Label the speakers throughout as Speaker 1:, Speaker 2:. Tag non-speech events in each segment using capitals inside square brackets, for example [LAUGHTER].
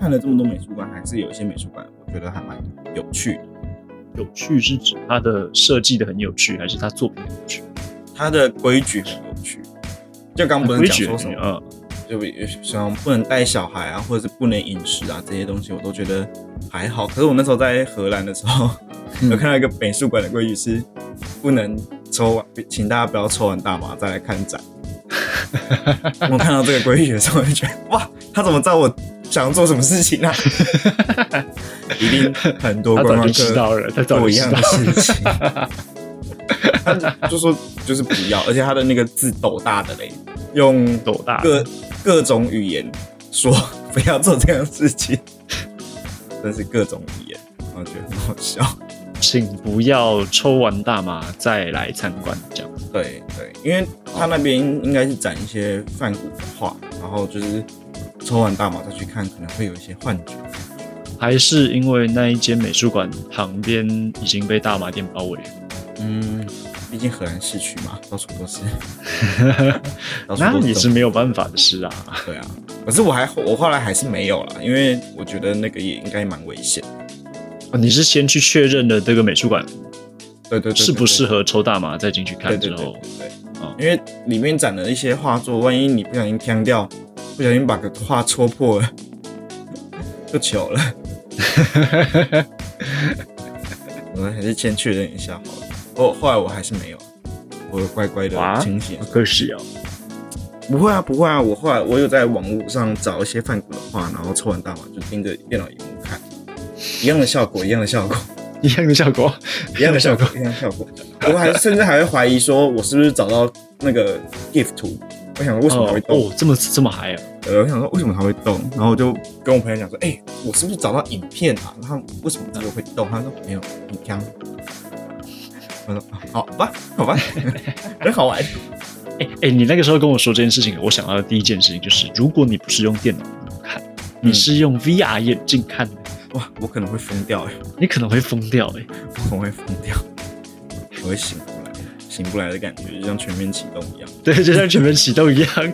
Speaker 1: 看了这么多美术馆，还是有一些美术馆我觉得还蛮有趣的。
Speaker 2: 有趣是指它的设计的很有趣，还是它作品很有趣？
Speaker 1: 它的规矩很有趣，就刚不是
Speaker 2: 规
Speaker 1: 讲
Speaker 2: 矩
Speaker 1: 说什么，就
Speaker 2: 嗯，
Speaker 1: 像不能带小孩啊，或者是不能饮食啊这些东西，我都觉得还好。可是我那时候在荷兰的时候，
Speaker 2: 嗯
Speaker 1: 有看到一个美术馆的规矩是不能抽完，请大家不要抽完大麻再来看
Speaker 2: [LAUGHS]
Speaker 1: 展。我看到这个规矩的时候，我就觉得哇，他怎么知道我想要做什么事情
Speaker 2: [LAUGHS]
Speaker 1: 啊？一定很多
Speaker 2: 他
Speaker 1: 观
Speaker 2: 早
Speaker 1: 光
Speaker 2: 就知
Speaker 1: 客
Speaker 2: 道了，他
Speaker 1: 做
Speaker 2: 早就
Speaker 1: 一
Speaker 2: 知
Speaker 1: 样
Speaker 2: 道
Speaker 1: 的
Speaker 2: 了。
Speaker 1: 事情。 [LAUGHS] 他就说就是不要，而且他的那个字斗大的嘞，用
Speaker 2: 斗大
Speaker 1: 各各种语言说不要做这样的事情， [LAUGHS] 真是各种语言，我觉得很好笑。
Speaker 2: 请不要抽完大麻再来参观，这样子。
Speaker 1: 对对，因为他那边应该是展一些泛古的画，然后就是抽完大麻再去看，可能会有一些幻觉。
Speaker 2: 还是因为那一间美术馆旁边已经被大麻店包围了，
Speaker 1: 嗯，毕竟荷兰市区嘛，到处都是， [LAUGHS] 到处
Speaker 2: 那
Speaker 1: 都
Speaker 2: 也
Speaker 1: 这
Speaker 2: 是
Speaker 1: 种
Speaker 2: 没有办法的事啊。
Speaker 1: 对啊。可是我还我后来还是没有啦，因为我觉得那个也应该蛮危险的。
Speaker 2: 哦你是先去确认了这个美术馆
Speaker 1: 对对对对对
Speaker 2: 适不适合抽大麻，再进去看
Speaker 1: 对对
Speaker 2: 之
Speaker 1: 对对
Speaker 2: 后，
Speaker 1: 对
Speaker 2: 哦
Speaker 1: 因为里面展了一些画作，万一你不小心呛掉，不小心把个画戳破了，就糗了。
Speaker 2: [LAUGHS]
Speaker 1: 我们还是先确认一下好了。后后来我还是没有，我乖乖的
Speaker 2: 哇
Speaker 1: 清醒
Speaker 2: 好。可惜哦。
Speaker 1: 不会啊，不会啊，我后来我有在网络上找一些泛古的画，然后抽完大麻就盯着电脑荧幕看，一样的效 [LAUGHS] 果，一样的效果。
Speaker 2: 一样的效果，
Speaker 1: [LAUGHS] 一样的效果，一样的效果。我还甚至还会怀疑说，我是不是找到那个 GIF 图？我想说为什么它
Speaker 2: 哦
Speaker 1: 会动？
Speaker 2: 哦，这么这么嗨啊！
Speaker 1: 呃，我想说为什么它会动？然后我就跟我朋友讲说，哎、我是不是找到影片啊？然后为什么这个会动？他说没有，很强。 [LAUGHS] 我说啊好吧，好吧， [LAUGHS] 很好玩。
Speaker 2: 哎哎，你那个时候跟我说这件事情，我想到的第一件事情就是，如果你不是用电脑荧幕看，你是用 VR 眼镜看的，
Speaker 1: 哇，我可能会疯掉哎、
Speaker 2: 你可能会疯掉哎、
Speaker 1: 我可能会疯 [LAUGHS] 掉，我会醒不来，醒不来的感觉就像全面启动一样。
Speaker 2: 对，就像全面启动一样。 [LAUGHS]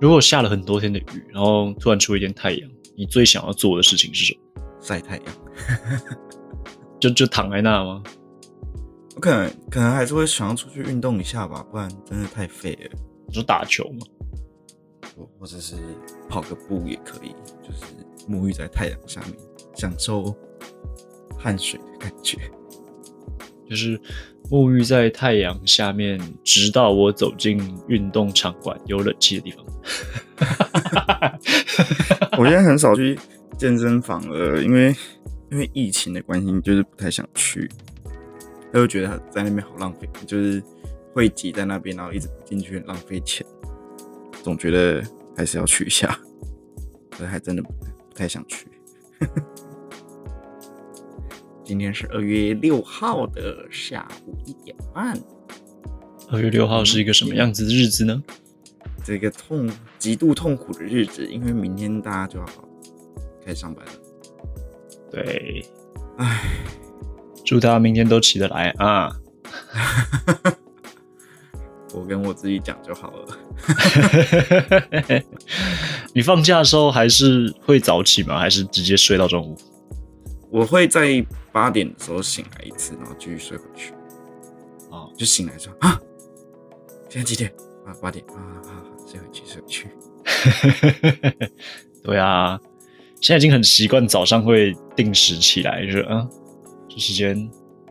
Speaker 2: 如果下了很多天的雨，然后突然出一天太阳，你最想要做的事情是什么？
Speaker 1: 晒太阳，
Speaker 2: 就就躺在那吗？
Speaker 1: 我可能可能还是会想要出去运动一下吧，不然真的太废了。
Speaker 2: 你说打球吗？
Speaker 1: 或或者是跑个步也可以，就是沐浴在太阳下面，享受汗水的感觉。
Speaker 2: 就是沐浴在太阳下面，直到我走进运动场馆有冷气的地方。
Speaker 1: [LAUGHS] 我现在很少去健身房了，因为因为疫情的关系，就是不太想去，他就觉得在那边好浪费，就是会挤在那边，然后一直不进去，很浪费钱。总觉得还是要去一下， [LAUGHS] 可是还真的不不太想去。 [LAUGHS] 今天是二月六号的下午一点半。
Speaker 2: 二月六号是一个什么样子的日子呢？
Speaker 1: 这个痛极度痛苦的日子，因为明天大家就要开始上班了。
Speaker 2: 对，
Speaker 1: 唉，
Speaker 2: 祝大家明天都起得来啊！ [LAUGHS]
Speaker 1: 我跟我自己讲就好了。
Speaker 2: 你放假的时候还是会早起吗？还是直接睡到中午？
Speaker 1: 我会在八点的时候醒来一次，然后继续睡回去。
Speaker 2: 哦，
Speaker 1: 就醒来说啊，现在几点？啊，八点啊啊，啊睡回去，睡回去。
Speaker 2: [LAUGHS] 对啊，现在已经很习惯早上会定时起来，就是啊，这时间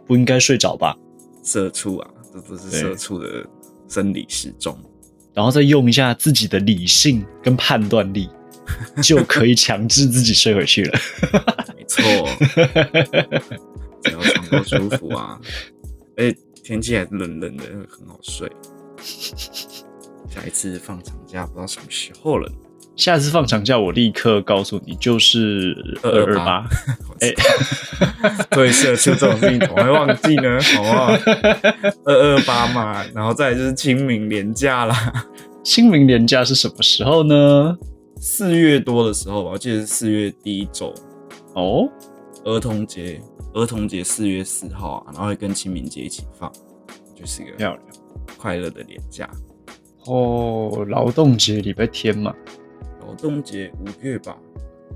Speaker 2: 不应该睡着吧？
Speaker 1: 社畜啊，这都是
Speaker 2: 对
Speaker 1: 社畜的生理时钟。
Speaker 2: 然后再用一下自己的理性跟判断 [LAUGHS] 力，就可以强制自己睡回去了。
Speaker 1: 没错，只要床够舒服啊，而且天气还冷冷的，很好睡。下一次放长假不知道什么时候了，
Speaker 2: 下次放长假，我立刻告诉你，就是二二八。哎，
Speaker 1: [LAUGHS] 对，社畜这种事情怎么会忘记呢？好不好？二二八嘛，然后再来就是清明年假啦，
Speaker 2: 清明年假是什么时候呢？
Speaker 1: 四月多的时候吧，我记得是四月第一周，
Speaker 2: 哦，
Speaker 1: 儿童节，儿童节四月四号啊，然后会跟清明节一起放，就是一个
Speaker 2: 漂亮
Speaker 1: 快乐的连假。
Speaker 2: 哦，劳动节礼拜天嘛，
Speaker 1: 劳动节五月吧，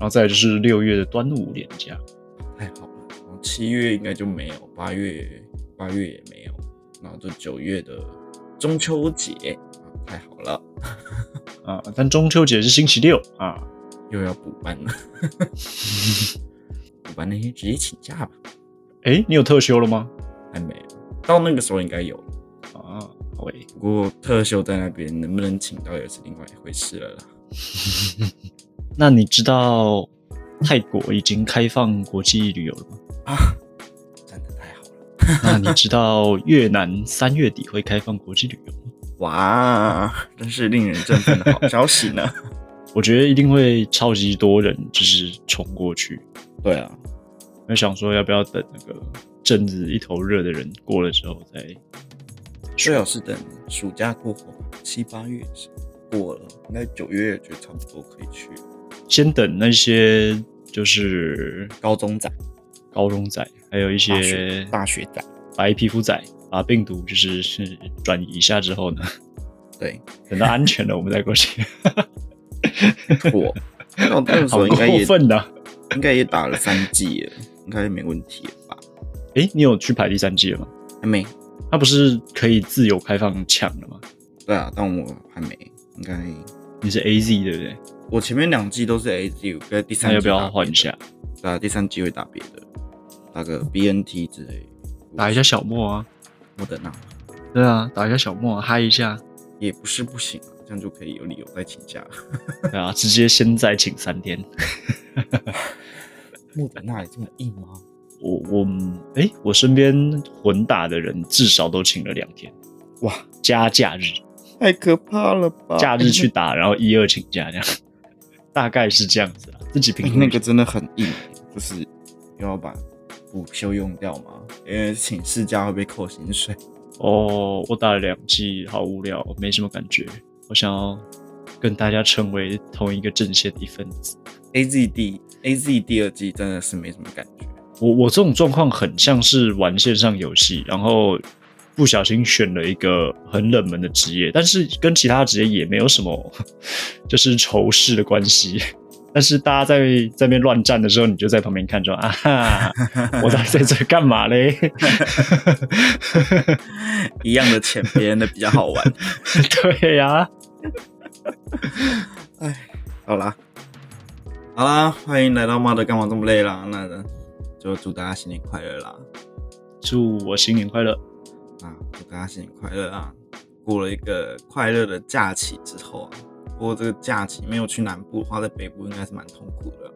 Speaker 2: 然后再来就是六月的端午连假，
Speaker 1: 太好了。然后七月应该就没有，八月八月也没有，然后就九月的中秋节，啊太好了，
Speaker 2: 啊，但中秋节是星期六啊，
Speaker 1: 又要补班了。 [LAUGHS] 补班那天直接请假吧，
Speaker 2: 诶，你有特休了吗？
Speaker 1: 还没有，到那个时候应该有了。
Speaker 2: 啊，好诶，
Speaker 1: 不过特休在那边能不能请到也是另外一回事了啦。
Speaker 2: 那你知道泰国已经开放国际旅游了吗？
Speaker 1: 啊，真的太好了！
Speaker 2: 那你知道越南三月底会开放国际旅游吗？
Speaker 1: 哇，真是令人振奋的好消息呢。
Speaker 2: 我觉得一定会超级多人，就是冲过去。
Speaker 1: 对啊，
Speaker 2: 我想说，要不要等那个阵子一头热的人过了之后再？
Speaker 1: [LAUGHS] 最好是等暑假过后吧，七八月是过了，应该九月就差不多可以去
Speaker 2: 先等那些就是
Speaker 1: 高中仔、
Speaker 2: 高中仔，还有一
Speaker 1: 大
Speaker 2: 些
Speaker 1: 学大学仔。
Speaker 2: 白皮肤仔，把病毒就是是转移一下之后呢，
Speaker 1: 对，
Speaker 2: 等到安全了，我们再过
Speaker 1: [LAUGHS]
Speaker 2: 去。 [LAUGHS]
Speaker 1: 我那我那个时
Speaker 2: 好
Speaker 1: 候应该
Speaker 2: 过
Speaker 1: 也
Speaker 2: 分呐、啊
Speaker 1: 应该也打了三剂了，应该没问题了吧？
Speaker 2: 诶，你有去排第三季了吗？
Speaker 1: 还没，
Speaker 2: 它不是可以自由开放抢的吗？
Speaker 1: 对啊，但我还没，应该
Speaker 2: 你是 A Z 对不对？
Speaker 1: 我前面两季都是 A G，跟第三
Speaker 2: 那
Speaker 1: 季
Speaker 2: 要不
Speaker 1: 打
Speaker 2: 要
Speaker 1: 别
Speaker 2: 换一
Speaker 1: 的？
Speaker 2: 下？
Speaker 1: 对啊，第三季会打别的，打个 B N T 之类的，
Speaker 2: 打一下小莫啊，
Speaker 1: 莫德纳
Speaker 2: 对啊，打一下小莫、啊、嗨一下，
Speaker 1: 也不是不行啊，这样就可以有理由再请
Speaker 2: [LAUGHS]
Speaker 1: 假。
Speaker 2: 对啊，直接现在请三天。
Speaker 1: 莫德纳也这么硬吗？
Speaker 2: 我我诶，我身边混打的人至少都请了两天，
Speaker 1: 哇，
Speaker 2: 加假日，
Speaker 1: 太可怕了吧！
Speaker 2: 假日去打，然后一二请假这样，大概是这样子啦。自己评
Speaker 1: 欸
Speaker 2: 估
Speaker 1: 那
Speaker 2: 一下
Speaker 1: 个真的很硬，就是又要把补休用掉嘛，因为请事假会被扣薪水。
Speaker 2: 哦，我打了两季，好无聊，没什么感觉。我想要跟大家成为同一个阵线的一份子。
Speaker 1: A Z D A Z 第二季真的是没什么感觉，
Speaker 2: 我我这种状况很像是玩线上游戏，然后不小心选了一个很冷门的职业，但是跟其他职业也没有什么就是仇视的关系。但是大家在在那边乱战的时候，你就在旁边看说啊哈，我到底在这干嘛嘞？
Speaker 1: [LAUGHS] 一样的钱别人的比较好玩。
Speaker 2: 对呀、
Speaker 1: [LAUGHS] 好啦，好啦，欢迎来到妈的干嘛这么累啦？那就祝大家新年快乐啦！
Speaker 2: 祝我新年快乐！
Speaker 1: 啊，祝大家新年快乐啊！过了一个快乐的假期之后啊，不过这个假期没有去南部的话，在北部应该是蛮痛苦的啊。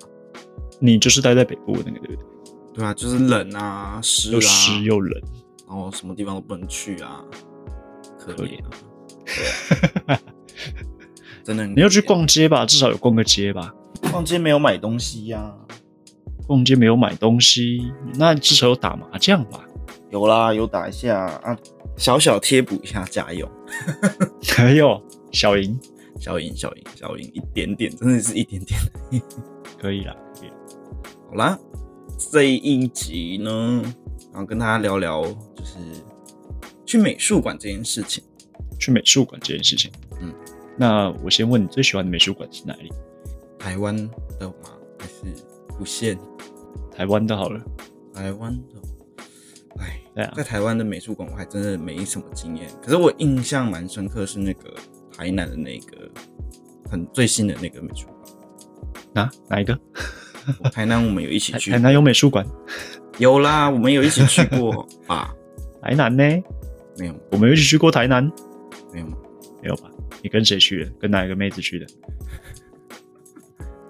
Speaker 2: 你就是待在北部的那个对不对？
Speaker 1: 对啊，就是冷啊，湿
Speaker 2: 又
Speaker 1: 啊，
Speaker 2: 湿又冷，
Speaker 1: 然后什么地方都不能去啊，可
Speaker 2: 可
Speaker 1: 怜啊！ [LAUGHS] 对啊，真的很可怜。
Speaker 2: 你要去逛街吧，至少有逛个街吧。
Speaker 1: 逛街没有买东西呀、
Speaker 2: 逛街没有买东西，那至少有打麻将吧。
Speaker 1: 有啦，有打一下啊，小小贴补一下家用，
Speaker 2: 还有小赢，
Speaker 1: 小赢小赢小赢一点点，真的是一点点。
Speaker 2: 可以啦，可以啦。
Speaker 1: 好啦，这一集呢，然后跟大家聊聊就是去美术馆这件事情。
Speaker 2: 去美术馆这件事情，
Speaker 1: 嗯，
Speaker 2: 那我先问你最喜欢的美术馆是哪里？
Speaker 1: 台湾的吗？还是不限
Speaker 2: 台湾的好了，
Speaker 1: 台湾的？哎，
Speaker 2: 对啊
Speaker 1: 在，台湾的美术馆我还真的没什么经验，可是我印象蛮深刻是那个台南的那个很最新的那个美术馆。
Speaker 2: 哪啊哪一个？
Speaker 1: 我台南我们有一起
Speaker 2: 台
Speaker 1: 去
Speaker 2: 台，南有美术馆？
Speaker 1: 有啦，我们有一起去过吧？
Speaker 2: 台南呢？
Speaker 1: 没有
Speaker 2: 我们有一起去过台南？
Speaker 1: 没有吗？
Speaker 2: 没有吧？你跟谁去的？跟哪一个妹子去的？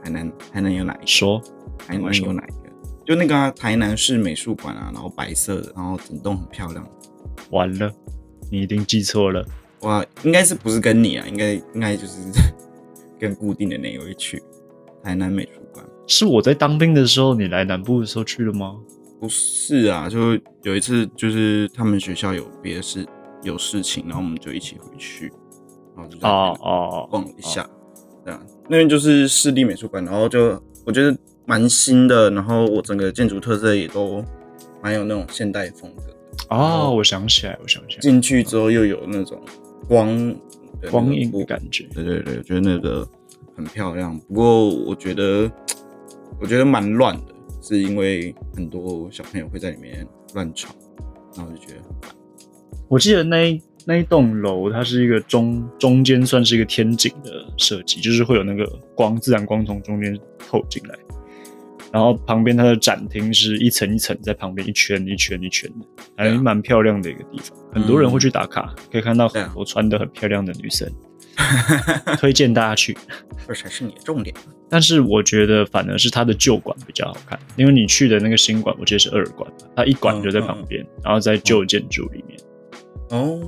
Speaker 1: 台南台南有哪一个？
Speaker 2: 说，
Speaker 1: 台南有哪一个？就那个啊、台南市美术馆啊，然后白色的，然后整栋很漂亮。
Speaker 2: 完了，你一定记错了。
Speaker 1: 哇，应该是不是跟你啊？应该应该就是 [LAUGHS] 跟固定的那一位去台南美术馆。
Speaker 2: 是我在当兵的时候，你来南部的时候去了吗？
Speaker 1: 不是啊，就有一次就是他们学校有别的事有事情，然后我们就一起回去，然后就在那边
Speaker 2: 哦哦，
Speaker 1: 哦逛了一下，对啊，那边就是市立美术馆，然后就我觉得蛮新的，然后我整个建筑特色也都蛮有那种现代风格。
Speaker 2: 哦，我想起来，我想起来，
Speaker 1: 进去之后又有那种光的
Speaker 2: 光影
Speaker 1: 那
Speaker 2: 的
Speaker 1: 种
Speaker 2: 感觉。
Speaker 1: 对对对，我觉得那个很漂亮。不过我觉得，我觉得蛮乱的，是因为很多小朋友会在里面乱吵，然后我就觉得
Speaker 2: 我记得那一那一栋楼，它是一个中中间算是一个天井的设计，就是会有那个光自然光从中间透进来，然后旁边它的展厅是一层一层在旁边一圈一圈一圈的，还
Speaker 1: 对啊
Speaker 2: 蛮漂亮的一个地方。很多人会去打卡，可以看到
Speaker 1: 对啊
Speaker 2: 很多穿的很漂亮的女生，推荐大家去。
Speaker 1: 这才是你的重点。
Speaker 2: 但是我觉得反而是它的旧馆比较好看，因为你去的那个新馆，我记得是二馆吧，它一馆就在旁边，然后在旧建筑里面。
Speaker 1: 哦，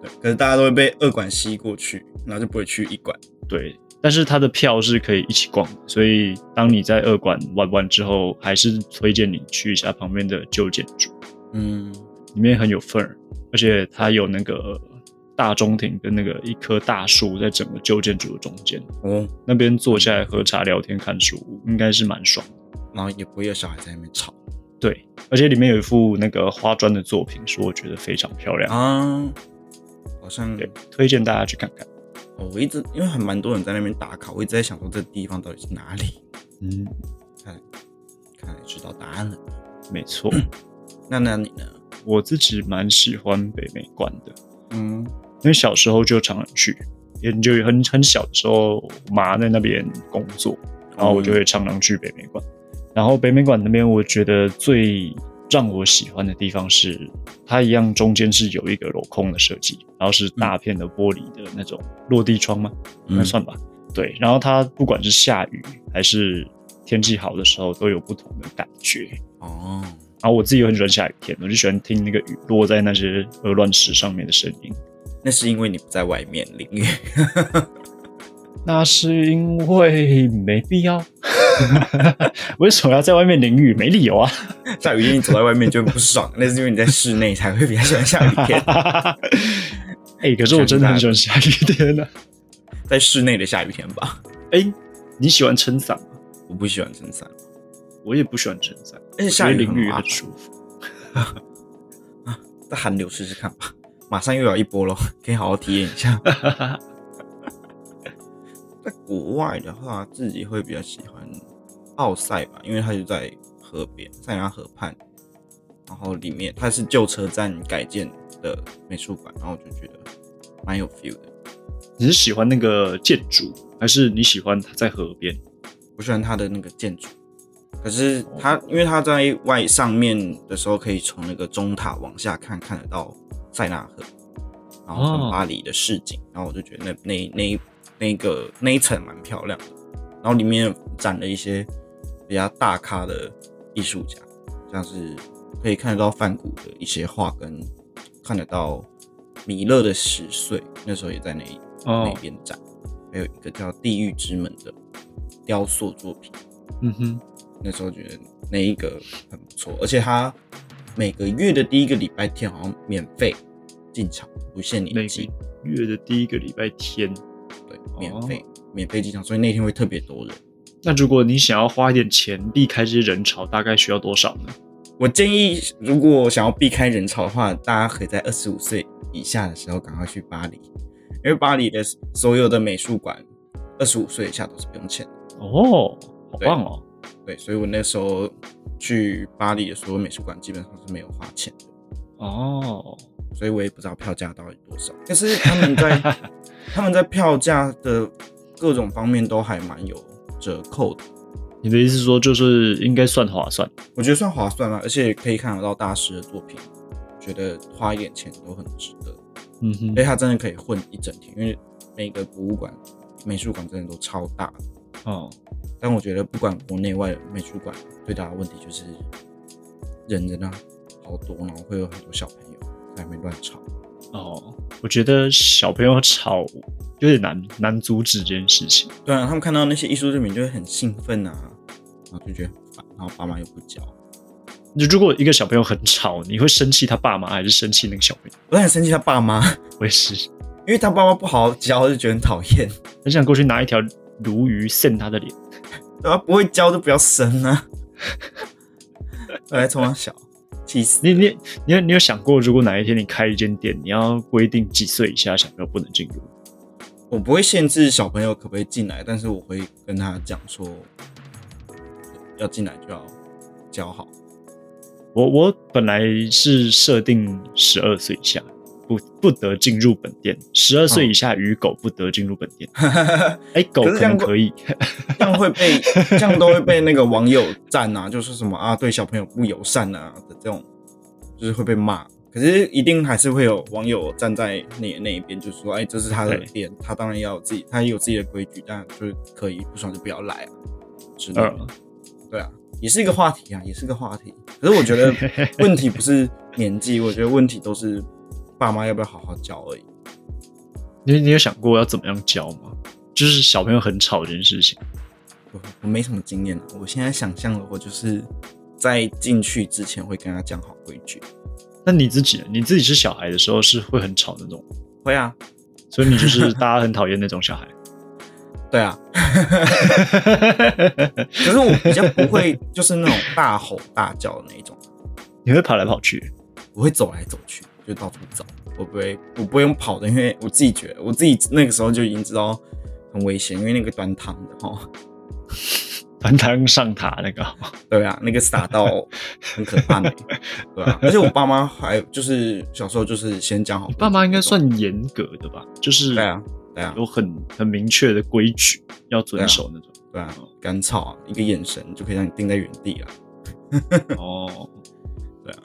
Speaker 1: 对，可是大家都会被二馆吸过去，然后就不会去一馆。
Speaker 2: 对，但是它的票是可以一起逛的，所以当你在二馆玩完之后，还是推荐你去一下旁边的旧建筑，
Speaker 1: 嗯，
Speaker 2: 里面很有氛儿，而且它有那个大中庭跟那个一棵大树在整个旧建筑的中间，
Speaker 1: 哦，
Speaker 2: 那边坐下来喝茶聊天看书，应该是蛮爽的。
Speaker 1: 然后也不会有小孩在那边吵
Speaker 2: 对，而且里面有一幅那个花砖的作品，是我觉得非常漂亮，
Speaker 1: 啊。好像
Speaker 2: 对，推荐大家去看看。
Speaker 1: 哦，我一直因为很蛮多人在那边打卡，我一直在想说这地方到底是哪里。
Speaker 2: 嗯，
Speaker 1: 看来看来知道答案了。
Speaker 2: 没错，
Speaker 1: 那那你呢？
Speaker 2: 我自己蛮喜欢北美馆的。
Speaker 1: 嗯，
Speaker 2: 因为小时候就常常去，也就很很小的时候，我妈在那边工作，然哦后我就会常常去北美馆。然后北美馆那边，我觉得最让我喜欢的地方是，它一样中间是有一个镂空的设计，然后是大片的玻璃的那种落地窗吗？那
Speaker 1: 嗯
Speaker 2: 算吧。对，然后它不管是下雨还是天气好的时候，都有不同的感觉。
Speaker 1: 哦，
Speaker 2: 然后我自己又很喜欢下雨天，我就喜欢听那个雨落在那些鹅卵石上面的声音。
Speaker 1: 那是因为你不在外面淋
Speaker 2: [LAUGHS]
Speaker 1: 雨。
Speaker 2: 那是因为没必要。 [LAUGHS] 为什么要在外面淋雨？没理由啊！ [LAUGHS]
Speaker 1: 下雨天你走在外面就很不爽，那是因为你在室内才会比较喜欢下雨
Speaker 2: [LAUGHS]
Speaker 1: 天，
Speaker 2: 哎、可是我真的很喜欢下雨天啊。
Speaker 1: 在室内的下雨天吧。
Speaker 2: 哎、你喜欢撑伞吗？
Speaker 1: 我不喜欢撑伞，
Speaker 2: 我也不喜欢撑伞，
Speaker 1: 而且下
Speaker 2: 我
Speaker 1: 雨
Speaker 2: 觉得淋雨
Speaker 1: 麻
Speaker 2: 很
Speaker 1: 烦。
Speaker 2: 舒服。
Speaker 1: 再寒流试试看吧，马上又有一波喽， [LAUGHS] 可以好好体验一下。在国外的话，自己会比较喜欢奥赛吧，因为它就在河边，塞纳河畔，然后里面它是旧车站改建的美术馆，然后我就觉得蛮有 feel 的。
Speaker 2: 你是喜欢那个建筑，还是你喜欢它在河边？
Speaker 1: 我喜欢它的那个建筑，可是它因为它在外上面的时候，可以从那个中塔往下看，看得到塞纳河，然后
Speaker 2: 哦
Speaker 1: 从巴黎的市景，然后我就觉得那那那那个那一层蛮漂亮的，然后里面展了一些比较大咖的艺术家，像是可以看得到梵谷的一些画，跟看得到米勒的十岁，那时候也在那里
Speaker 2: 哦
Speaker 1: 那，边展，还有一个叫《地狱之门》的雕塑作品。
Speaker 2: 嗯哼，
Speaker 1: 那时候觉得那一个很不错，而且它每个月的第一个礼拜天好像免费进场，不限
Speaker 2: 每
Speaker 1: 年纪，
Speaker 2: 个月的第一个礼拜天。
Speaker 1: 对，免费、免费进场，所以那天会特别多人。
Speaker 2: 那如果你想要花一点钱避开这些人潮，大概需要多少呢？
Speaker 1: 我建议，如果想要避开人潮的话，大家可以在二十五岁以下的时候赶快去巴黎，因为巴黎的所有的美术馆，二十五岁以下都是不用钱的。
Speaker 2: 哦，好
Speaker 1: 对
Speaker 2: 棒哦！
Speaker 1: 对，所以我那时候去巴黎的所有美术馆基本上是没有花钱的，
Speaker 2: 哦，
Speaker 1: 所以我也不知道票价到底多少。但是他们在他们在票价的各种方面都还蛮有折扣的，
Speaker 2: 你的意思是说，就是应该算划算？
Speaker 1: 我觉得算划算了，而且可以看得到大师的作品，觉得花一点钱都很值得。
Speaker 2: 嗯哼
Speaker 1: 因为它真的可以混一整天，因为每个博物馆、美术馆真的都超大的
Speaker 2: 哦，
Speaker 1: 但我觉得不管国内外的美术馆，最大的问题就是人真的好多，然后会有很多小朋友在那边乱吵。
Speaker 2: 哦，我觉得小朋友吵有点难难阻止这件事情。
Speaker 1: 对啊，他们看到那些艺术作品就会很兴奋啊，然后就觉得很烦，然后爸妈又不教。
Speaker 2: 就如果一个小朋友很吵，你会生气他爸妈，还是生气那个小朋友？
Speaker 1: 我很生气他爸妈，
Speaker 2: 我也是，
Speaker 1: 因为他爸妈不好好教，就觉得很讨厌。
Speaker 2: 很想过去拿一条鲈鱼扇他的脸。
Speaker 1: 对啊，不会教就不要生啊。来冲他小，气死！
Speaker 2: 你你你有你有想过，如果哪一天你开一间店，你要规定几岁以下小朋友不能进入？
Speaker 1: 我不会限制小朋友可不可以进来，但是我会跟他讲说，要进来就要教好。
Speaker 2: 我我本来是设定十二岁以下不不得进入本店，十二岁以下与狗不得进入本 [LAUGHS] 店。哎、狗
Speaker 1: 可
Speaker 2: 嗯可
Speaker 1: 是这样
Speaker 2: 能可以， [LAUGHS]
Speaker 1: 这样会被，这样都会被那个网友赞啊，就是什么啊，对小朋友不友善啊的这种，就是会被骂。可是一定还是会有网友站在那那一边，就说，哎，这是他的
Speaker 2: 对
Speaker 1: 店，他当然要有自己，他也有自己的规矩，但就是可以不爽就不要来啊之类的。
Speaker 2: 嗯
Speaker 1: 对啊，也是一个话题啊，也是个话题。可是我觉得问题不是年纪，我觉得问题都是爸妈要不要好好教而已。
Speaker 2: 你你有想过要怎么样教吗？就是小朋友很吵这件事情，
Speaker 1: 我我没什么经验啊，我现在想象了，我就是在进去之前会跟他讲好规矩。
Speaker 2: 那你自己呢你自己是小孩的时候是会很吵那种，
Speaker 1: 会啊，
Speaker 2: 所以你就是 [LAUGHS] 大家很讨厌那种小孩。 [LAUGHS]
Speaker 1: 对啊，可是我比较不会，就是那种大吼大叫的那一种，
Speaker 2: 你会跑来跑去，
Speaker 1: 我会走来走去，就到处走，我不会，我不会用跑的，因为我自己觉得，我自己那个时候就已经知道很危险，因为那个端汤的哦，
Speaker 2: 反弹上塔那个，
Speaker 1: 对啊，那个傻到很可怕呢，对啊，而且我爸妈还就是小时候就是先讲好规
Speaker 2: 你
Speaker 1: 矩那种，
Speaker 2: 爸妈应该算严格的吧？就是
Speaker 1: 对啊，对啊，
Speaker 2: 有很很明确的规矩要遵守那种。
Speaker 1: 对啊，赶草啊，一个眼神就可以让你定在原地了。
Speaker 2: 哦，
Speaker 1: 对啊，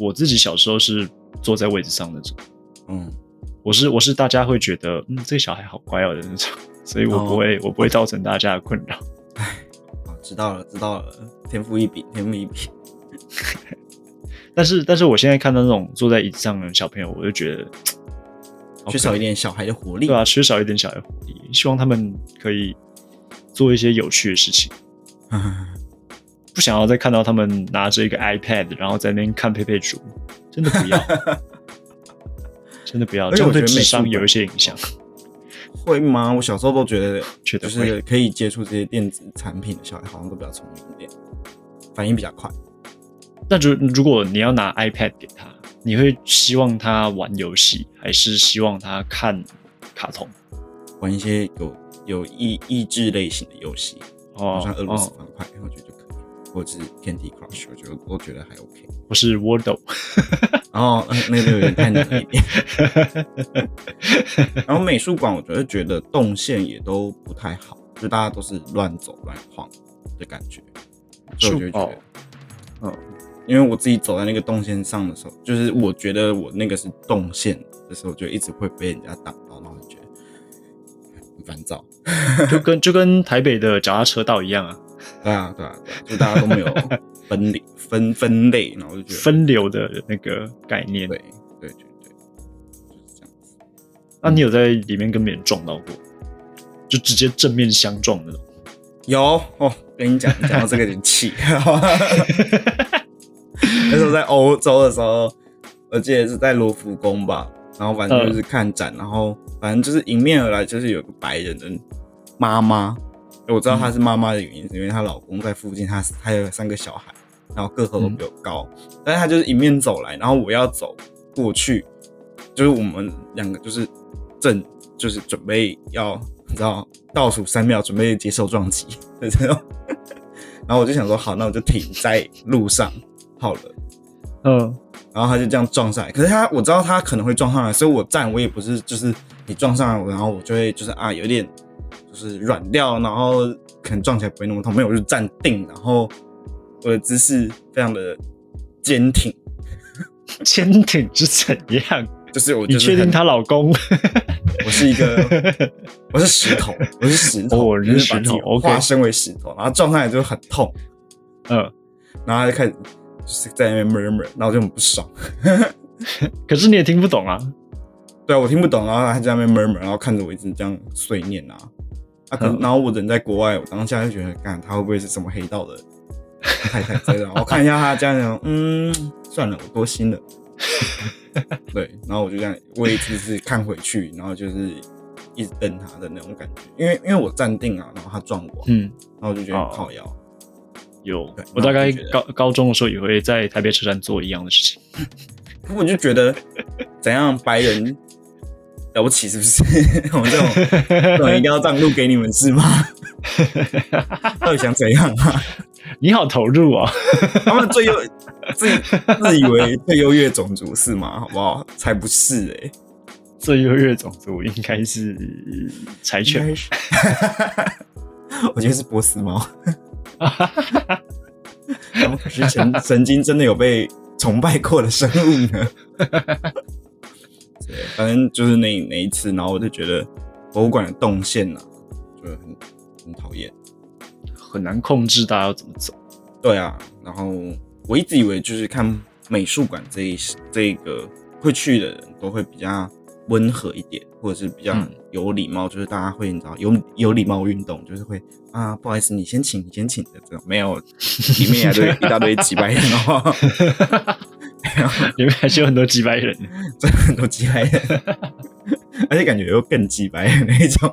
Speaker 2: 我自己小时候是坐在位置上那种，
Speaker 1: 嗯，
Speaker 2: 我是我是大家会觉得嗯这个小孩好乖哦的那种， [LAUGHS] 所以我
Speaker 1: 哦
Speaker 2: 不会、我不会造成大家的困扰。
Speaker 1: 好，哦知道了，知道了，天赋异禀，天赋异禀。
Speaker 2: 但是但是我现在看到那种坐在椅子上的小朋友，我就觉得好可
Speaker 1: 缺少一点小孩的活力。
Speaker 2: 对啊，缺少一点小孩活力，希望他们可以做一些有趣的事情。
Speaker 1: 啊
Speaker 2: 不想要再看到他们拿着一个 iPad，然后在那边看佩佩猪，真
Speaker 1: [LAUGHS]
Speaker 2: 的不要，真的不要，
Speaker 1: 而且
Speaker 2: 这
Speaker 1: 我
Speaker 2: 样
Speaker 1: 觉
Speaker 2: 对
Speaker 1: 得
Speaker 2: 智
Speaker 1: 美术
Speaker 2: 商
Speaker 1: 馆
Speaker 2: 有一些影响。
Speaker 1: [LAUGHS] 会吗？我小时候都 [LAUGHS] 觉得，
Speaker 2: 觉得
Speaker 1: 就
Speaker 2: 会
Speaker 1: 是可以接触这些电子产品的小孩，好像都比较聪明一点，反应比较快。
Speaker 2: 那如如果你要拿 iPad 给他，你会希望他玩游戏，还是希望他看卡通？
Speaker 1: 玩一些有有益益智类型的游戏，好
Speaker 2: 哦
Speaker 1: 像俄罗斯
Speaker 2: 哦，
Speaker 1: 方块，我觉得就可以，或者是 Candy Crush，我觉得我觉得还 OK。
Speaker 2: 不是
Speaker 1: [LAUGHS]
Speaker 2: Wordle，
Speaker 1: 然后呃那个有点太难了一 [LAUGHS] 点。然后美术馆，我觉得觉得动线也都不太好，就大家都是乱走乱晃的感觉，所以我就觉得，
Speaker 2: 哦
Speaker 1: 嗯，因为我自己走在那个动线上的时候，就是我觉得我那个是动线的时候，就一直会被人家挡到，然后就觉得很烦躁。
Speaker 2: 就跟就跟台北的脚踏车道一样啊，
Speaker 1: 对啊，对啊，对啊就大家都没有分离分分类，然后我就觉得
Speaker 2: 分流的那个概念。
Speaker 1: 对对对对，就是这样子。
Speaker 2: 那、你有在里面跟别人撞到过？就直接正面相撞那种？
Speaker 1: 有哦，跟你讲，讲到这个有点气。那时候在欧洲的时候，我记得是在罗浮宫吧，然后反正就是看展，然后反正就是迎面而来就是有个白人的妈妈，我知道她是妈妈的原因，是因为她老公在附近，她她有三个小孩，然后个头都比我高，但是她就是迎面走来，然后我要走过去，就是我们两个就是正就是准备要你知道倒数三秒准备接受撞击的这种， [LAUGHS] 然后我就想说好，那我就停在路上好了。
Speaker 2: [LAUGHS] 嗯，
Speaker 1: 然后他就这样撞上来。可是他我知道他可能会撞上来，所以我站我也不是就是你撞上来我，然后我就会就是啊有点就是软掉，然后可能撞起来不会那么痛。没有，我就站定，然后我的姿势非常的坚挺，
Speaker 2: 坚挺是怎样？
Speaker 1: 就是我
Speaker 2: 你
Speaker 1: 就是
Speaker 2: 确
Speaker 1: 很
Speaker 2: 定她老公？ [LAUGHS]
Speaker 1: 我是一个我是石头，我是石头，
Speaker 2: 哦
Speaker 1: 我
Speaker 2: 你是
Speaker 1: 就是把自己
Speaker 2: 石头，OK
Speaker 1: 化身为石头，然后撞上来就很痛，
Speaker 2: 嗯，
Speaker 1: 然后他就开始就是在那边 murmur，然后我就很不爽。
Speaker 2: 可是你也听不懂啊。
Speaker 1: 对啊，我听不懂，然后他在那边 murmur，然后看着我一直这样碎念啊啊！可是
Speaker 2: 嗯
Speaker 1: 然后我人在国外，我当下就觉得，干他会不会是什么黑道的太太之类的？我看一下他这样讲，嗯，算了，我 [LAUGHS] 多心了。对，然后我就这样，我也只是看回去，然后就是一直瞪他的那种感觉，因为因为我站定啊，然后他撞我，
Speaker 2: 嗯，
Speaker 1: 然后我就觉得
Speaker 2: 哦
Speaker 1: 靠腰，
Speaker 2: 有
Speaker 1: 对，
Speaker 2: 我大概
Speaker 1: 那我就觉得
Speaker 2: 高高中的时候也会在台北车站做一样的事情。
Speaker 1: 可我就觉得怎样白人了不起是 [LAUGHS] 不是？我们这种这种一定要让路给你们是吗？到底想怎样啊？
Speaker 2: 你好投入啊！
Speaker 1: 他们最优自自以为最优越种族是吗？好不好？才不是哎、欸，
Speaker 2: 最优越种族应该是柴犬，
Speaker 1: 应该是 [LAUGHS] 我觉得是波斯猫，他们可是曾曾经真的有被崇拜过的生物 [LAUGHS] 呢。对，反正就是那那一次，然后我就觉得博物馆的动线呢、啊，就很很讨厌。
Speaker 2: 很难控制大家要怎么走。 [LAUGHS]
Speaker 1: 对啊，然后我一直以为就是看美术馆这一这一个会去的人都会比较温和一点，或者是比较
Speaker 2: 嗯
Speaker 1: 有礼貌，就是大家会你知道有有礼貌运动，就是会啊不好意思你先请你先请的这种，没有里面一大堆一大堆几百人哦， [LAUGHS]
Speaker 2: 里面还是有很多几百人，
Speaker 1: 真的很多几百人， [LAUGHS] 而且感觉又更几百人那一种，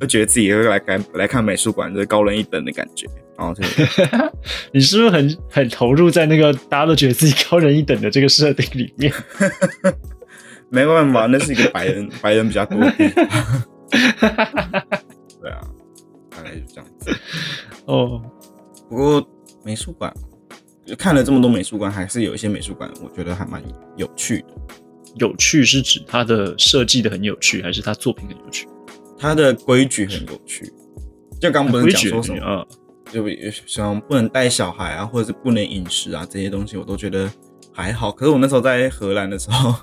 Speaker 1: 就觉得自己又来来来看美术馆就是高人一等的感觉，然后就
Speaker 2: 你是不是很很投入在那个大家都觉得自己高人一等的这个设定里
Speaker 1: [LAUGHS]
Speaker 2: 面？
Speaker 1: 没办法，那是一个白
Speaker 2: [LAUGHS]
Speaker 1: 人白人比较多的地方。对啊，大概就这样子。
Speaker 2: 哦，
Speaker 1: 不过美术馆看了这么多美术馆，还是有一些美术馆我觉得还蛮有趣的。
Speaker 2: 有趣是指它的设计的很有趣，还是它作品很有趣？
Speaker 1: 它的规矩很有趣，就刚不是
Speaker 2: 规
Speaker 1: 讲
Speaker 2: 矩
Speaker 1: 说什么，
Speaker 2: 啊，
Speaker 1: 就比像不能带小孩啊，或者是不能饮食啊这些东西，我都觉得还好。可是我那时候在荷兰的时候，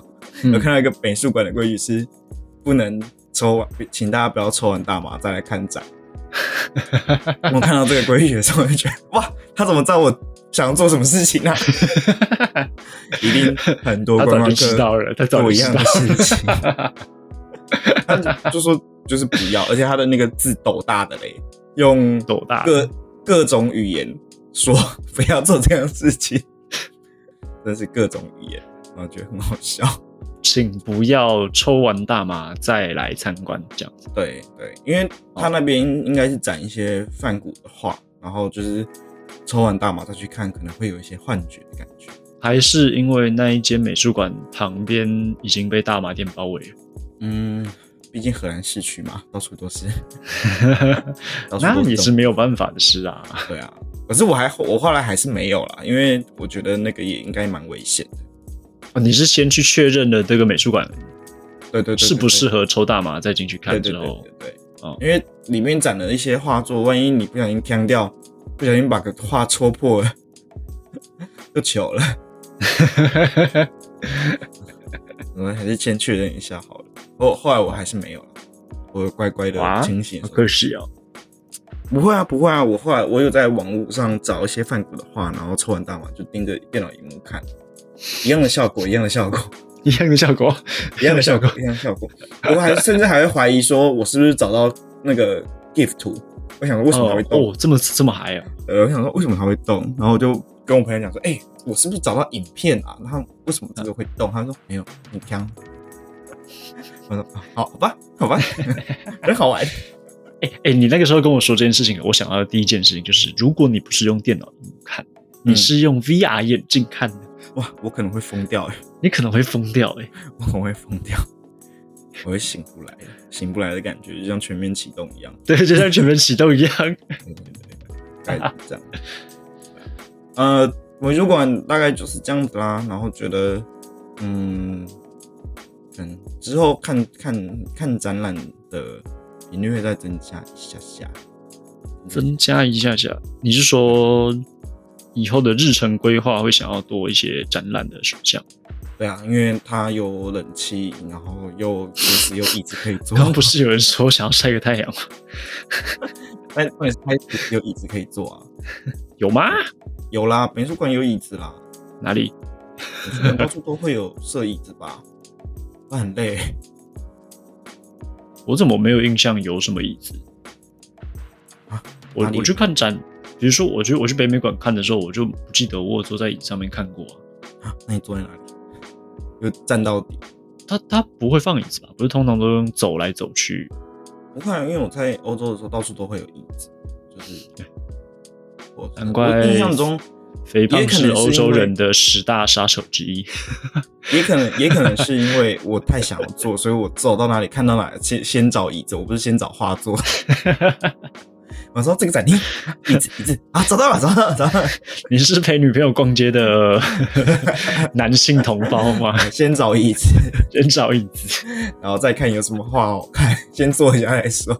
Speaker 2: 嗯
Speaker 1: [LAUGHS] 有看到一个美术馆的规矩是不能抽完，请大家不要抽完大麻再来看展。我看到这个规矩的时候，我就觉得哇，他怎么知道我想要做什么事情啊？
Speaker 2: 嗯
Speaker 1: [LAUGHS] 一定很多
Speaker 2: 他
Speaker 1: 观
Speaker 2: 早
Speaker 1: 光
Speaker 2: 就知道
Speaker 1: 客
Speaker 2: 了，他早
Speaker 1: 做
Speaker 2: 就
Speaker 1: 一
Speaker 2: 知
Speaker 1: 样
Speaker 2: 道
Speaker 1: 的
Speaker 2: 了。
Speaker 1: 事情，他就就说就是不要，而且他的那个字斗大的嘞，用
Speaker 2: 斗大
Speaker 1: 各各种语言说不要做这样的事情， [LAUGHS] 真是各种语言，然后觉得很好
Speaker 2: [LAUGHS]
Speaker 1: 笑。
Speaker 2: 请不要抽完大麻再来参观，这样子。
Speaker 1: 对对，因为他那边应该是展一些梵谷的画，然后就是抽完大麻再去看，可能会有一些幻觉的感觉。
Speaker 2: 还是因为那一间美术馆旁边已经被大麻店包围
Speaker 1: 嗯，毕竟荷兰市区嘛，到处
Speaker 2: [LAUGHS]
Speaker 1: 都是，
Speaker 2: 了，
Speaker 1: 到处
Speaker 2: 那
Speaker 1: 都
Speaker 2: 也
Speaker 1: 这
Speaker 2: 是
Speaker 1: 种
Speaker 2: 没有办法的事啊。
Speaker 1: 对啊。可是我还我后来还是没有啦，因为我觉得那个也应该蛮危险的。
Speaker 2: 哦你是先去确认了这个美术馆
Speaker 1: 对对对对
Speaker 2: 适不
Speaker 1: 对
Speaker 2: 适合抽大麻，再进去
Speaker 1: 对
Speaker 2: 看
Speaker 1: 对
Speaker 2: 之
Speaker 1: 对
Speaker 2: 后
Speaker 1: 对，对，
Speaker 2: 哦
Speaker 1: 因为里面展了一些画作，万一你不小心呛掉，不小心把个画戳破了， [LAUGHS] 就糗了。我们还是先确认一下好了。后后来我还是没有了，我乖乖的
Speaker 2: 哇
Speaker 1: 清醒
Speaker 2: [LAUGHS] 好
Speaker 1: 地说。
Speaker 2: 可惜哦。
Speaker 1: 不会啊，不会啊，我后来我有在网络上找一些梵谷的画，然后抽完大麻就盯着电脑荧幕看，一样的效果，一样的效 [LAUGHS] 果。
Speaker 2: 一样的效果，
Speaker 1: 一样的效果，一样的效果。我还甚至还会怀疑说，我是不是找到那个 GIF 图？我想说为什么它会
Speaker 2: 哦
Speaker 1: 动？
Speaker 2: 哦，这么这么嗨啊！
Speaker 1: 呃，我想说为什么它会动？然后我就跟我朋友讲说，哎、我是不是找到影片啊？然后为什么这个会动？他说没有，你枪。我说啊好吧，好吧， [LAUGHS] 很好玩。
Speaker 2: 哎、哎、你那个时候跟我说这件事情，我想到的第一件事情就是，如果你不是用电脑荧幕看，你是用 VR 眼镜看的，
Speaker 1: 哇，我可能会疯掉哎、
Speaker 2: 你可能会疯掉哎、
Speaker 1: 我可能会疯掉， [LAUGHS] 我会醒不来，醒不来的感觉就像全面启动一样。
Speaker 2: 对，就像全面启动一样。
Speaker 1: 对 [LAUGHS] 对对，大概是这样。呃，美术馆大概就是这样子啦。然后觉得，嗯，可能之后看看看展览的频率会再增加一下下。
Speaker 2: 增加一下下，你是说以后的日程规划会想要多一些展览的选项？
Speaker 1: 对啊，因为它有冷气，然后又同时又椅子可以坐
Speaker 2: [LAUGHS] 刚，刚不是有人说想要晒个太阳吗？
Speaker 1: 但重点是它有椅子可以坐啊。
Speaker 2: 有吗？
Speaker 1: 有啦，美术馆有椅子啦，
Speaker 2: 哪里？
Speaker 1: 美术馆到处都会有设椅子吧？那很累、 [LAUGHS]
Speaker 2: 我怎么没有印象有什么椅子
Speaker 1: 啊？
Speaker 2: 我
Speaker 1: 哪里有
Speaker 2: 我去看展，比如说我去我去北美馆看的时候，我就不记得我有坐在椅子上面看过啊、
Speaker 1: 啊，那你坐在哪里？就站到底，
Speaker 2: 他他不会放椅子吧？不是通常都用走来走去？
Speaker 1: 不看，因为我在欧洲的时候到处都会有椅子，就是我
Speaker 2: 难怪
Speaker 1: 我印象中
Speaker 2: 肥
Speaker 1: 也
Speaker 2: 胖
Speaker 1: 可
Speaker 2: 是
Speaker 1: 能
Speaker 2: 欧
Speaker 1: 是
Speaker 2: 洲
Speaker 1: 因为
Speaker 2: 人的十大杀手之一。
Speaker 1: 也可能也可能是因为我太想要坐，所以我走到哪里看到哪里先先找椅子，我不是先找画作。我说这个展厅椅子椅子啊，找到了找到了找到了，
Speaker 2: 你是陪女朋友逛街
Speaker 1: [LAUGHS]
Speaker 2: 的男性同胞吗？
Speaker 1: 先找椅子，
Speaker 2: 先找椅子。
Speaker 1: 然后再看有什么画好看，先坐一下来说。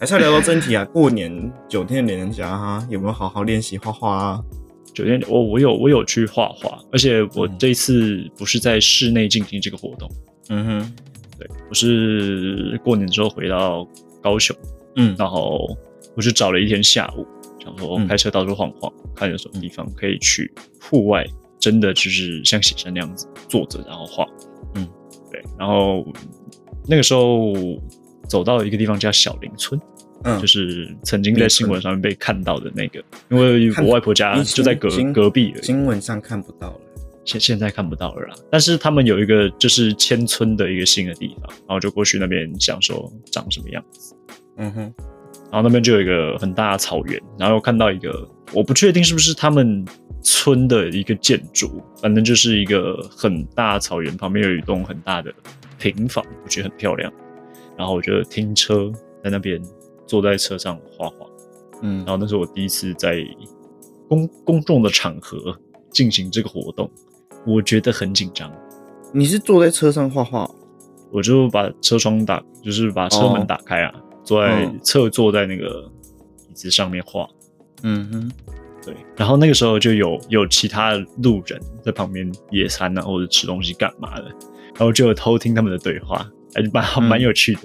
Speaker 1: 还是要聊到正题啊，过年九天连假啊，有没有好好练习画画啊？
Speaker 2: 酒店，我我有我有去画画，而且我
Speaker 1: 嗯
Speaker 2: 这一次不是在室内进行这个活动，
Speaker 1: 嗯哼，
Speaker 2: 对我是过年之后回到高雄，
Speaker 1: 嗯
Speaker 2: 然后我就找了一天下午，想说
Speaker 1: 嗯
Speaker 2: 开车到处晃晃，看有什么地方可以去户外，真的就是像写生那样子坐着然后画，
Speaker 1: 嗯，
Speaker 2: 对，然后那个时候走到一个地方叫小林村，
Speaker 1: 嗯，
Speaker 2: 就是曾经在新闻上面被看到的那个，因为
Speaker 1: 看
Speaker 2: 我外婆家
Speaker 1: 你
Speaker 2: 就在隔
Speaker 1: 新
Speaker 2: 隔壁而已，
Speaker 1: 新闻上看不到了。
Speaker 2: 现现在看不到了啦。但是他们有一个就是迁村的一个新的地方，然后就过去那边想说长什么样子，
Speaker 1: 嗯哼，
Speaker 2: 然后那边就有一个很大的草原，然后看到一个我不确定是不是他们村的一个建筑，反正就是一个很大的草原，旁边有一栋很大的平房，我觉得很漂亮。然后我就停车在那边，坐在车上画画。
Speaker 1: 嗯
Speaker 2: 然，后那是我第一次在公公众的场合进行这个活动，我觉得很紧张，
Speaker 1: 你是坐在车上画画哦、
Speaker 2: 我就把车窗打，就是把车门
Speaker 1: 哦
Speaker 2: 打开啊，坐在
Speaker 1: 嗯
Speaker 2: 侧坐在那个椅子上面画，
Speaker 1: 嗯哼，
Speaker 2: 对，然后那个时候就有有其他路人在旁边野餐啊，或者吃东西干嘛的，然后就有偷听他们的对话，还蛮
Speaker 1: 嗯
Speaker 2: 蛮有趣的。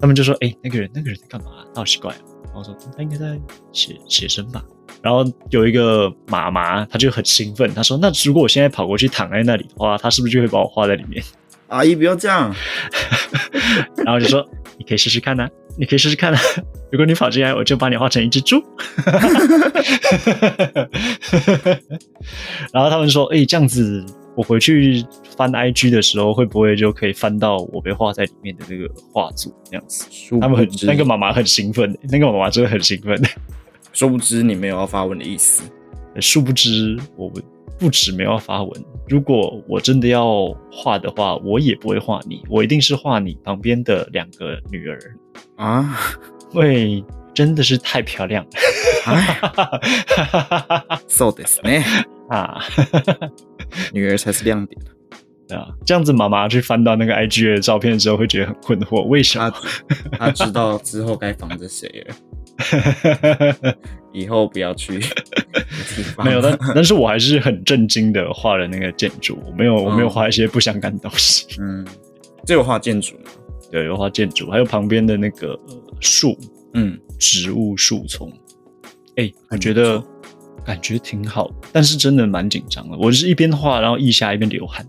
Speaker 2: 他们就说：“哎、那个人那个人在干嘛、好奇怪、啊。”然后我说：“他应该在写写生吧。”然后有一个妈妈，她就很兴奋，她说：“那如果我现在跑过去躺在那里的话，她是不是就会把我画在里面
Speaker 1: 阿姨不要这样，？”
Speaker 2: 然后就说：“你可以试试看呐、你可以试试看呐、 [LAUGHS] 如果你跑进来，我就把你画成一只猪。” [LAUGHS] 然后他们说：“哎、这样子，我回去翻 IG 的时候，会不会就可以翻到我被画在里面的这个画作？这样子，
Speaker 1: 殊
Speaker 2: 他
Speaker 1: 不
Speaker 2: 们很
Speaker 1: 知
Speaker 2: 那个妈妈很兴奋，那个妈妈真的很兴奋。
Speaker 1: 殊不知你没有要发文的意思。
Speaker 2: 殊不知，我不不止没有发文，如果我真的要画的话，我也不会画你，我一定是画你旁边的两个女儿，
Speaker 1: 啊，
Speaker 2: 因为真的是太漂亮
Speaker 1: 哎
Speaker 2: 了
Speaker 1: ，so this 呢，
Speaker 2: [LAUGHS] 啊！
Speaker 1: 女儿才是亮点
Speaker 2: 对啊，这样子妈妈去翻到那个 IG 的照片之后，会觉得很困惑，为什 [LAUGHS] 么？
Speaker 1: 她知道之后该防着谁
Speaker 2: [LAUGHS]
Speaker 1: 了，以后不要去地方
Speaker 2: [LAUGHS] 没有，但但是我还是很震惊的画了那个建筑，我没有我没有
Speaker 1: 嗯
Speaker 2: 画一些不相干的东西，
Speaker 1: 嗯，这有画建筑吗？
Speaker 2: 对，有画建筑，还有旁边的那个呃树，
Speaker 1: 嗯，
Speaker 2: 植物树丛。哎、我
Speaker 1: 很
Speaker 2: 觉得感觉挺好，但是真的蛮紧张的。我是一边画，然后腋下一边流汗，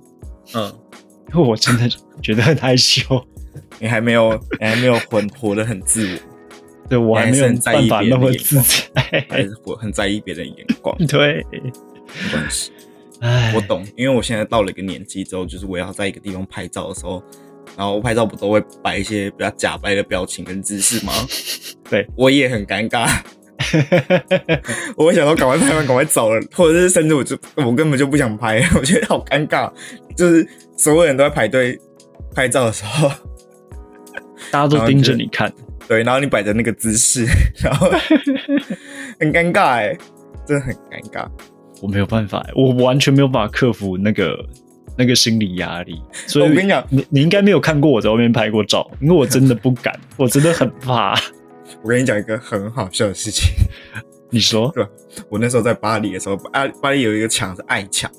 Speaker 1: 嗯，
Speaker 2: 因为我真的觉得很害羞。
Speaker 1: 你还没有，你还没有活活得很自我，
Speaker 2: 对我还没有
Speaker 1: 还是很在
Speaker 2: 办
Speaker 1: 意
Speaker 2: 法
Speaker 1: 别人
Speaker 2: 那么
Speaker 1: 的眼
Speaker 2: 自
Speaker 1: 光还
Speaker 2: 在。 [LAUGHS]
Speaker 1: 是活很在意别人的眼光，
Speaker 2: 对，
Speaker 1: 没关系，
Speaker 2: 哎？
Speaker 1: 我，懂，因为我现在到了一个年纪之后，就是我要在一个地方拍照的时候，然后拍照不都会摆一些比较假掰的表情跟姿势吗
Speaker 2: [LAUGHS] 对，
Speaker 1: 我也很尴
Speaker 2: [LAUGHS]
Speaker 1: 尬，我会想说赶快拍完，赶快走了，或者是甚至我就我根本就不想拍， [LAUGHS] 我觉得好尴尬，就是所有人都在排队拍照的时候， [LAUGHS]
Speaker 2: 大家都
Speaker 1: 然后
Speaker 2: 盯
Speaker 1: 就
Speaker 2: 着你看，
Speaker 1: 对，然后你摆着那个姿势，然
Speaker 2: [LAUGHS]
Speaker 1: 后很尴尬哎、真的很尴尬。
Speaker 2: 我没有办法，我完全没有办法克服那个那个心理压力。所以
Speaker 1: 我跟你讲
Speaker 2: 你你应该没有看过我在外面拍过照，因为我真的不敢，我真的很怕。
Speaker 1: 我跟你讲一个很好笑的事情。
Speaker 2: 你
Speaker 1: [LAUGHS]
Speaker 2: 说，
Speaker 1: 我那时候在巴黎的时候，巴巴黎有一个墙是爱墙，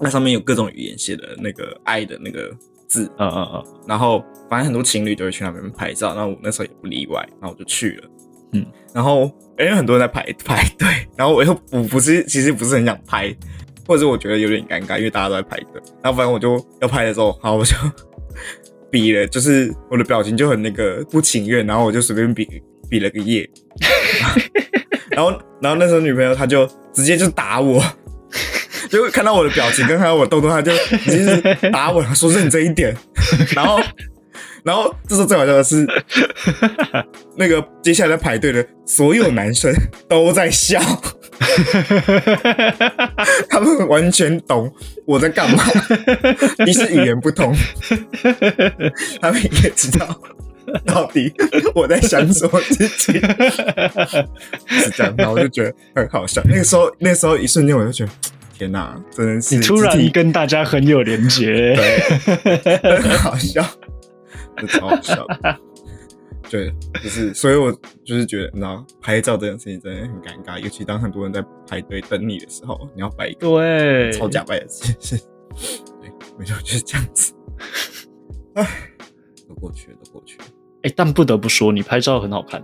Speaker 1: 那上面有各种语言写的那个爱的那个字，
Speaker 2: 嗯嗯嗯，
Speaker 1: 然后反正很多情侣都会去那边拍照，那我那时候也不例外，然后我就去了，
Speaker 2: 嗯，
Speaker 1: 然后因为很多人在排排队，然后我又我不是其实不是很想拍，或者是我觉得有点尴尬，因为大家都在排队，然后反正我就要拍的时候，好我就比了，就是我的表情就很那个不情愿，然后我就随便比比了个耶， [LAUGHS] 然后然后那时候女朋友她就直接就打我。结果看到我的表情，跟看到我动作，他就已经是打我了，说认真一点。 [LAUGHS] 然后，然后这时候最好笑的
Speaker 2: [LAUGHS]
Speaker 1: 是，那个接下来排队的所有男生都在
Speaker 2: [LAUGHS]
Speaker 1: 笑，他们完全懂我在干
Speaker 2: [LAUGHS]
Speaker 1: 嘛，一是语言不通，他们也知道到底我在想什么事情，是这样。然后我就觉得很好笑。那个时候，那时候一瞬间我就觉得，天哪、真的是
Speaker 2: 你突然
Speaker 1: 集体
Speaker 2: 跟大家很有连结，
Speaker 1: 对， [LAUGHS] 很好笑，这超好笑的。对，就是，所以我就是觉得，你知道，拍照这件事情真的很尴尬，尤其当很多人在排队等你的时候，你要摆 [LAUGHS] 一个
Speaker 2: 对，
Speaker 1: 超假掰的姿势。对，没错，就是这样子。唉，都过去了，都过去了
Speaker 2: 哎、但不得不说，你拍照很好看。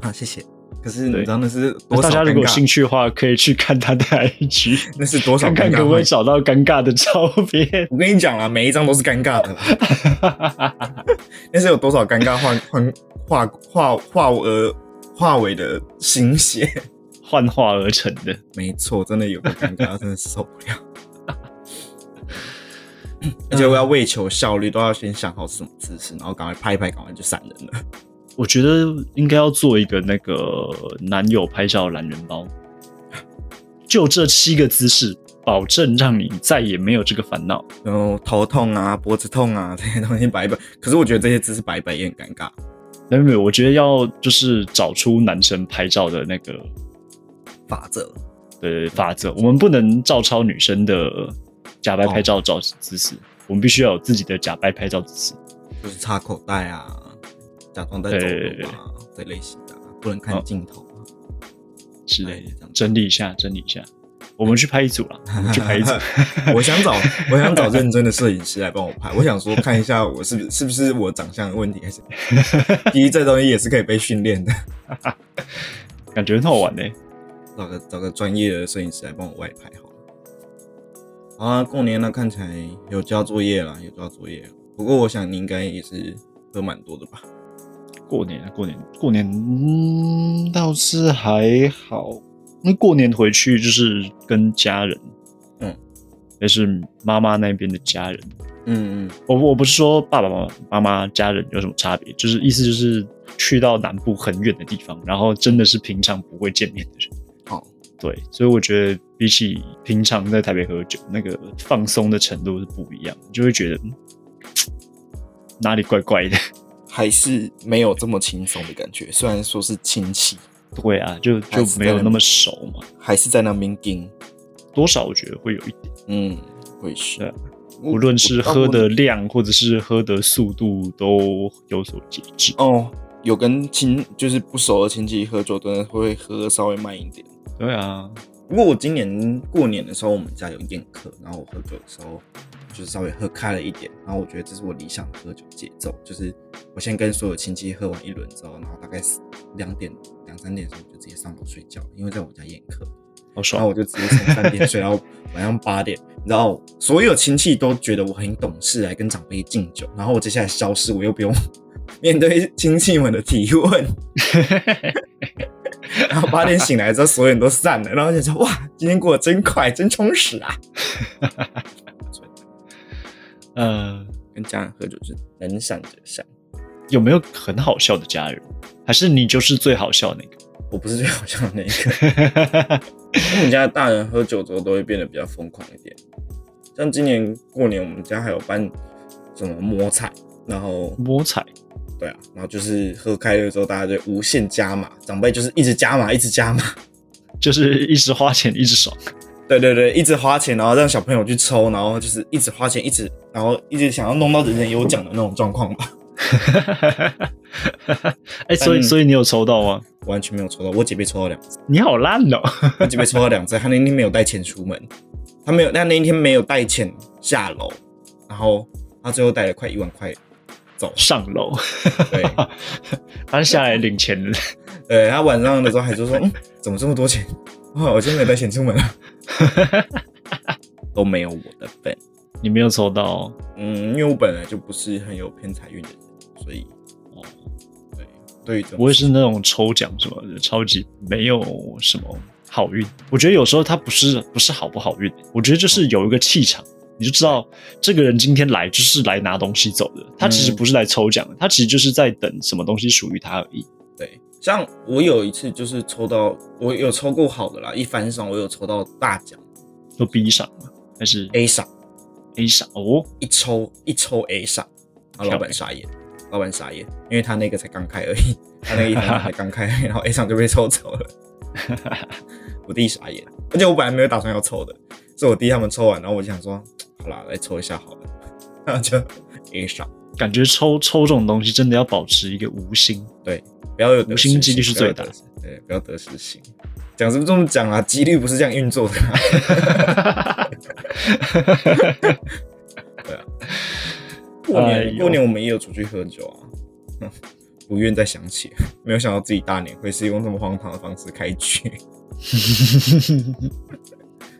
Speaker 1: 啊！谢谢。可是你
Speaker 2: 对
Speaker 1: 知道那是
Speaker 2: 那
Speaker 1: 多
Speaker 2: 大
Speaker 1: 少
Speaker 2: 家如
Speaker 1: 尴
Speaker 2: 果有
Speaker 1: 尬？
Speaker 2: 兴趣的话，可以去看他的 [LAUGHS]
Speaker 1: [LAUGHS]
Speaker 2: IG，
Speaker 1: 那是多少
Speaker 2: 看
Speaker 1: 尴
Speaker 2: 看可
Speaker 1: 尬
Speaker 2: 不可
Speaker 1: 会
Speaker 2: 以？找到尴尬的照片。
Speaker 1: 我跟你讲啦，每一张都是尴尬的啦。但是有多少尴尬换换化化化而化为的心血？
Speaker 2: 幻化而成的，
Speaker 1: 没错，真的有个尴尬，真的受不了。而且我要为求效率，都要先想好是什么姿势，然后赶快拍一拍，赶快就闪人了。
Speaker 2: 我觉得应该要做一个那个男友拍照懒人包，就这七个姿势，保证让你再也没有这个烦恼。
Speaker 1: 然后头痛啊、脖子痛啊这些东西摆一摆，可是我觉得这些姿势摆一摆也很尴尬。
Speaker 2: 没有没有，我觉得要就是找出男生拍照的那个
Speaker 1: 法则
Speaker 2: 呃法则，我们不能照抄女生的假白拍照照姿势，我们必须要有自己的假白拍照姿势。
Speaker 1: 就是插口袋啊，假装在走路啊这类型的啊，不能看镜头啊。
Speaker 2: 之类
Speaker 1: 哎这样，
Speaker 2: 的
Speaker 1: 子
Speaker 2: 整理一下，整理一下。我们去拍一组啦，我们去拍一组。
Speaker 1: 我想找我想找认真的摄影师来帮我拍，我想说看一下我是不是是不是我长相的问题，还是 [LAUGHS] 第一这东西也是可以被训练的，
Speaker 2: 感觉很好玩呢、
Speaker 1: 找个找个专业的摄影师来帮我外拍好了。好啊，过年了，看起来有交作业啦，有交作业了。不过我想你应该也是喝蛮多的吧？
Speaker 2: 过年啊，过年，过年，嗯，倒是还好。因为过年回去就是跟家人，
Speaker 1: 嗯，
Speaker 2: 也是妈妈那边的家人。
Speaker 1: 嗯嗯，
Speaker 2: 我我不是说爸爸妈妈、妈妈家人有什么差别，就是意思就是去到南部很远的地方，然后真的是平常不会见面的人。
Speaker 1: 好、
Speaker 2: 对，所以我觉得比起平常在台北喝酒，那个放松的程度是不一样，你就会觉得嗯哪里怪怪的。 [LAUGHS]
Speaker 1: 还是没有这么轻松的感觉。虽然说是亲戚，
Speaker 2: 对啊，就就没有那么熟嘛，
Speaker 1: 还是在那边盯。
Speaker 2: 多少我觉得会有一点，
Speaker 1: 嗯，会是
Speaker 2: 对。无论是喝的量或者是喝的速度都有所节制。
Speaker 1: 哦，有跟亲就是不熟的亲戚喝酒，真的会喝稍微慢一点。
Speaker 2: 对啊，
Speaker 1: 不过我今年过年的时候，我们家有宴客，然后我喝酒的时候就是稍微喝开了一点，然后我觉得这是我理想的喝酒节奏，就是我先跟所有亲戚喝完一轮之后，然后大概两点两三点的时候我就直接上楼睡觉，因为在我家宴客，
Speaker 2: 好
Speaker 1: 然后
Speaker 2: 爽
Speaker 1: 我。就直接从三点睡到晚上八点，然后所有亲戚都觉得我很懂事，来跟长辈敬酒，然后我接下来消失，我又不用 [LAUGHS] 面对亲戚们的提问，然后八点醒来之后，所有人都散了，然后就说哇，今天过得真快，真充实啊！
Speaker 2: 呃，
Speaker 1: 跟家人喝酒是能闪则闪，
Speaker 2: 有没有很好笑的家人？还是你就是最好笑的
Speaker 1: 我不是最好笑的那一个。
Speaker 2: 那 [LAUGHS] 个？
Speaker 1: 我们家大人喝酒之后都会变得比较疯狂一点。像今年过年，我们家还有办什么摸彩，然后
Speaker 2: 摸彩，
Speaker 1: 对啊，然后就是喝开了之后，大家就无限加码，长辈就是一直加码，一直加码， [LAUGHS]
Speaker 2: 就是一直花钱一直 [LAUGHS] 爽。
Speaker 1: 对对对，一直花钱，然后让小朋友去抽，然后就是一直花钱，一直然后一直想要弄到人人有奖的那种状况吧。 [LAUGHS]
Speaker 2: 哎、所以
Speaker 1: 嗯
Speaker 2: 所以你有抽到吗？
Speaker 1: 完全没有抽到，我姐被抽到两次，
Speaker 2: 你好烂哦！
Speaker 1: 我姐被抽到两次，她那天没有带钱出门，她没有，她那一天没有带钱下楼，然后她最后带了快一万块走，
Speaker 2: 上楼，
Speaker 1: 对，
Speaker 2: [LAUGHS] 他下来领钱了。
Speaker 1: 对，她晚上的时候还就说，嗯，怎么这么多钱？哇，我今天没有带钱出门啊， [LAUGHS] 都没有我的份。
Speaker 2: 你没有抽到哦、
Speaker 1: 嗯，因为我本来就不是很有偏财运的人，所以
Speaker 2: 哦，
Speaker 1: 对对于这种
Speaker 2: 我也是那种抽奖什么的，超级没有什么好运。我觉得有时候它不是不是好不好运，我觉得就是有一个气场，你就知道这个人今天来就是来拿东西走的，他其实
Speaker 1: 嗯
Speaker 2: 不是来抽奖的，他其实就是在等什么东西属于他而已。
Speaker 1: 对，像我有一次就是抽到，我有抽过好的啦，一翻赏我有抽到大奖
Speaker 2: 就 B 赏嘛，还是
Speaker 1: A 赏，
Speaker 2: A 赏哦，
Speaker 1: 一抽一抽 A 赏，然后老板傻眼，老板傻眼，因为他那个才刚开而已，他那个一翻赏才刚开，然后 A 赏就被抽走了， [LAUGHS] 我弟傻眼，而且我本来没有打算要抽的，是我弟他们抽完，然后我就想说，好啦，来抽一下好了，然后就 A 赏，
Speaker 2: 感觉抽抽这种东西真的要保持一个无心。
Speaker 1: 不要有得
Speaker 2: 无
Speaker 1: 失
Speaker 2: 心几率
Speaker 1: 心
Speaker 2: 是
Speaker 1: 不要
Speaker 2: 最
Speaker 1: 有
Speaker 2: 大
Speaker 1: 得失对，不要得失心。讲是这么讲啦，几率不是这样运作的啊、
Speaker 2: [LAUGHS]
Speaker 1: 啊过
Speaker 2: 哎
Speaker 1: 年、
Speaker 2: 呦
Speaker 1: 过年我们也有出去喝酒啊， [LAUGHS] 哼不愿再想起，没有想到自己大年会是用这么荒唐的方式开
Speaker 2: [LAUGHS]
Speaker 1: 局。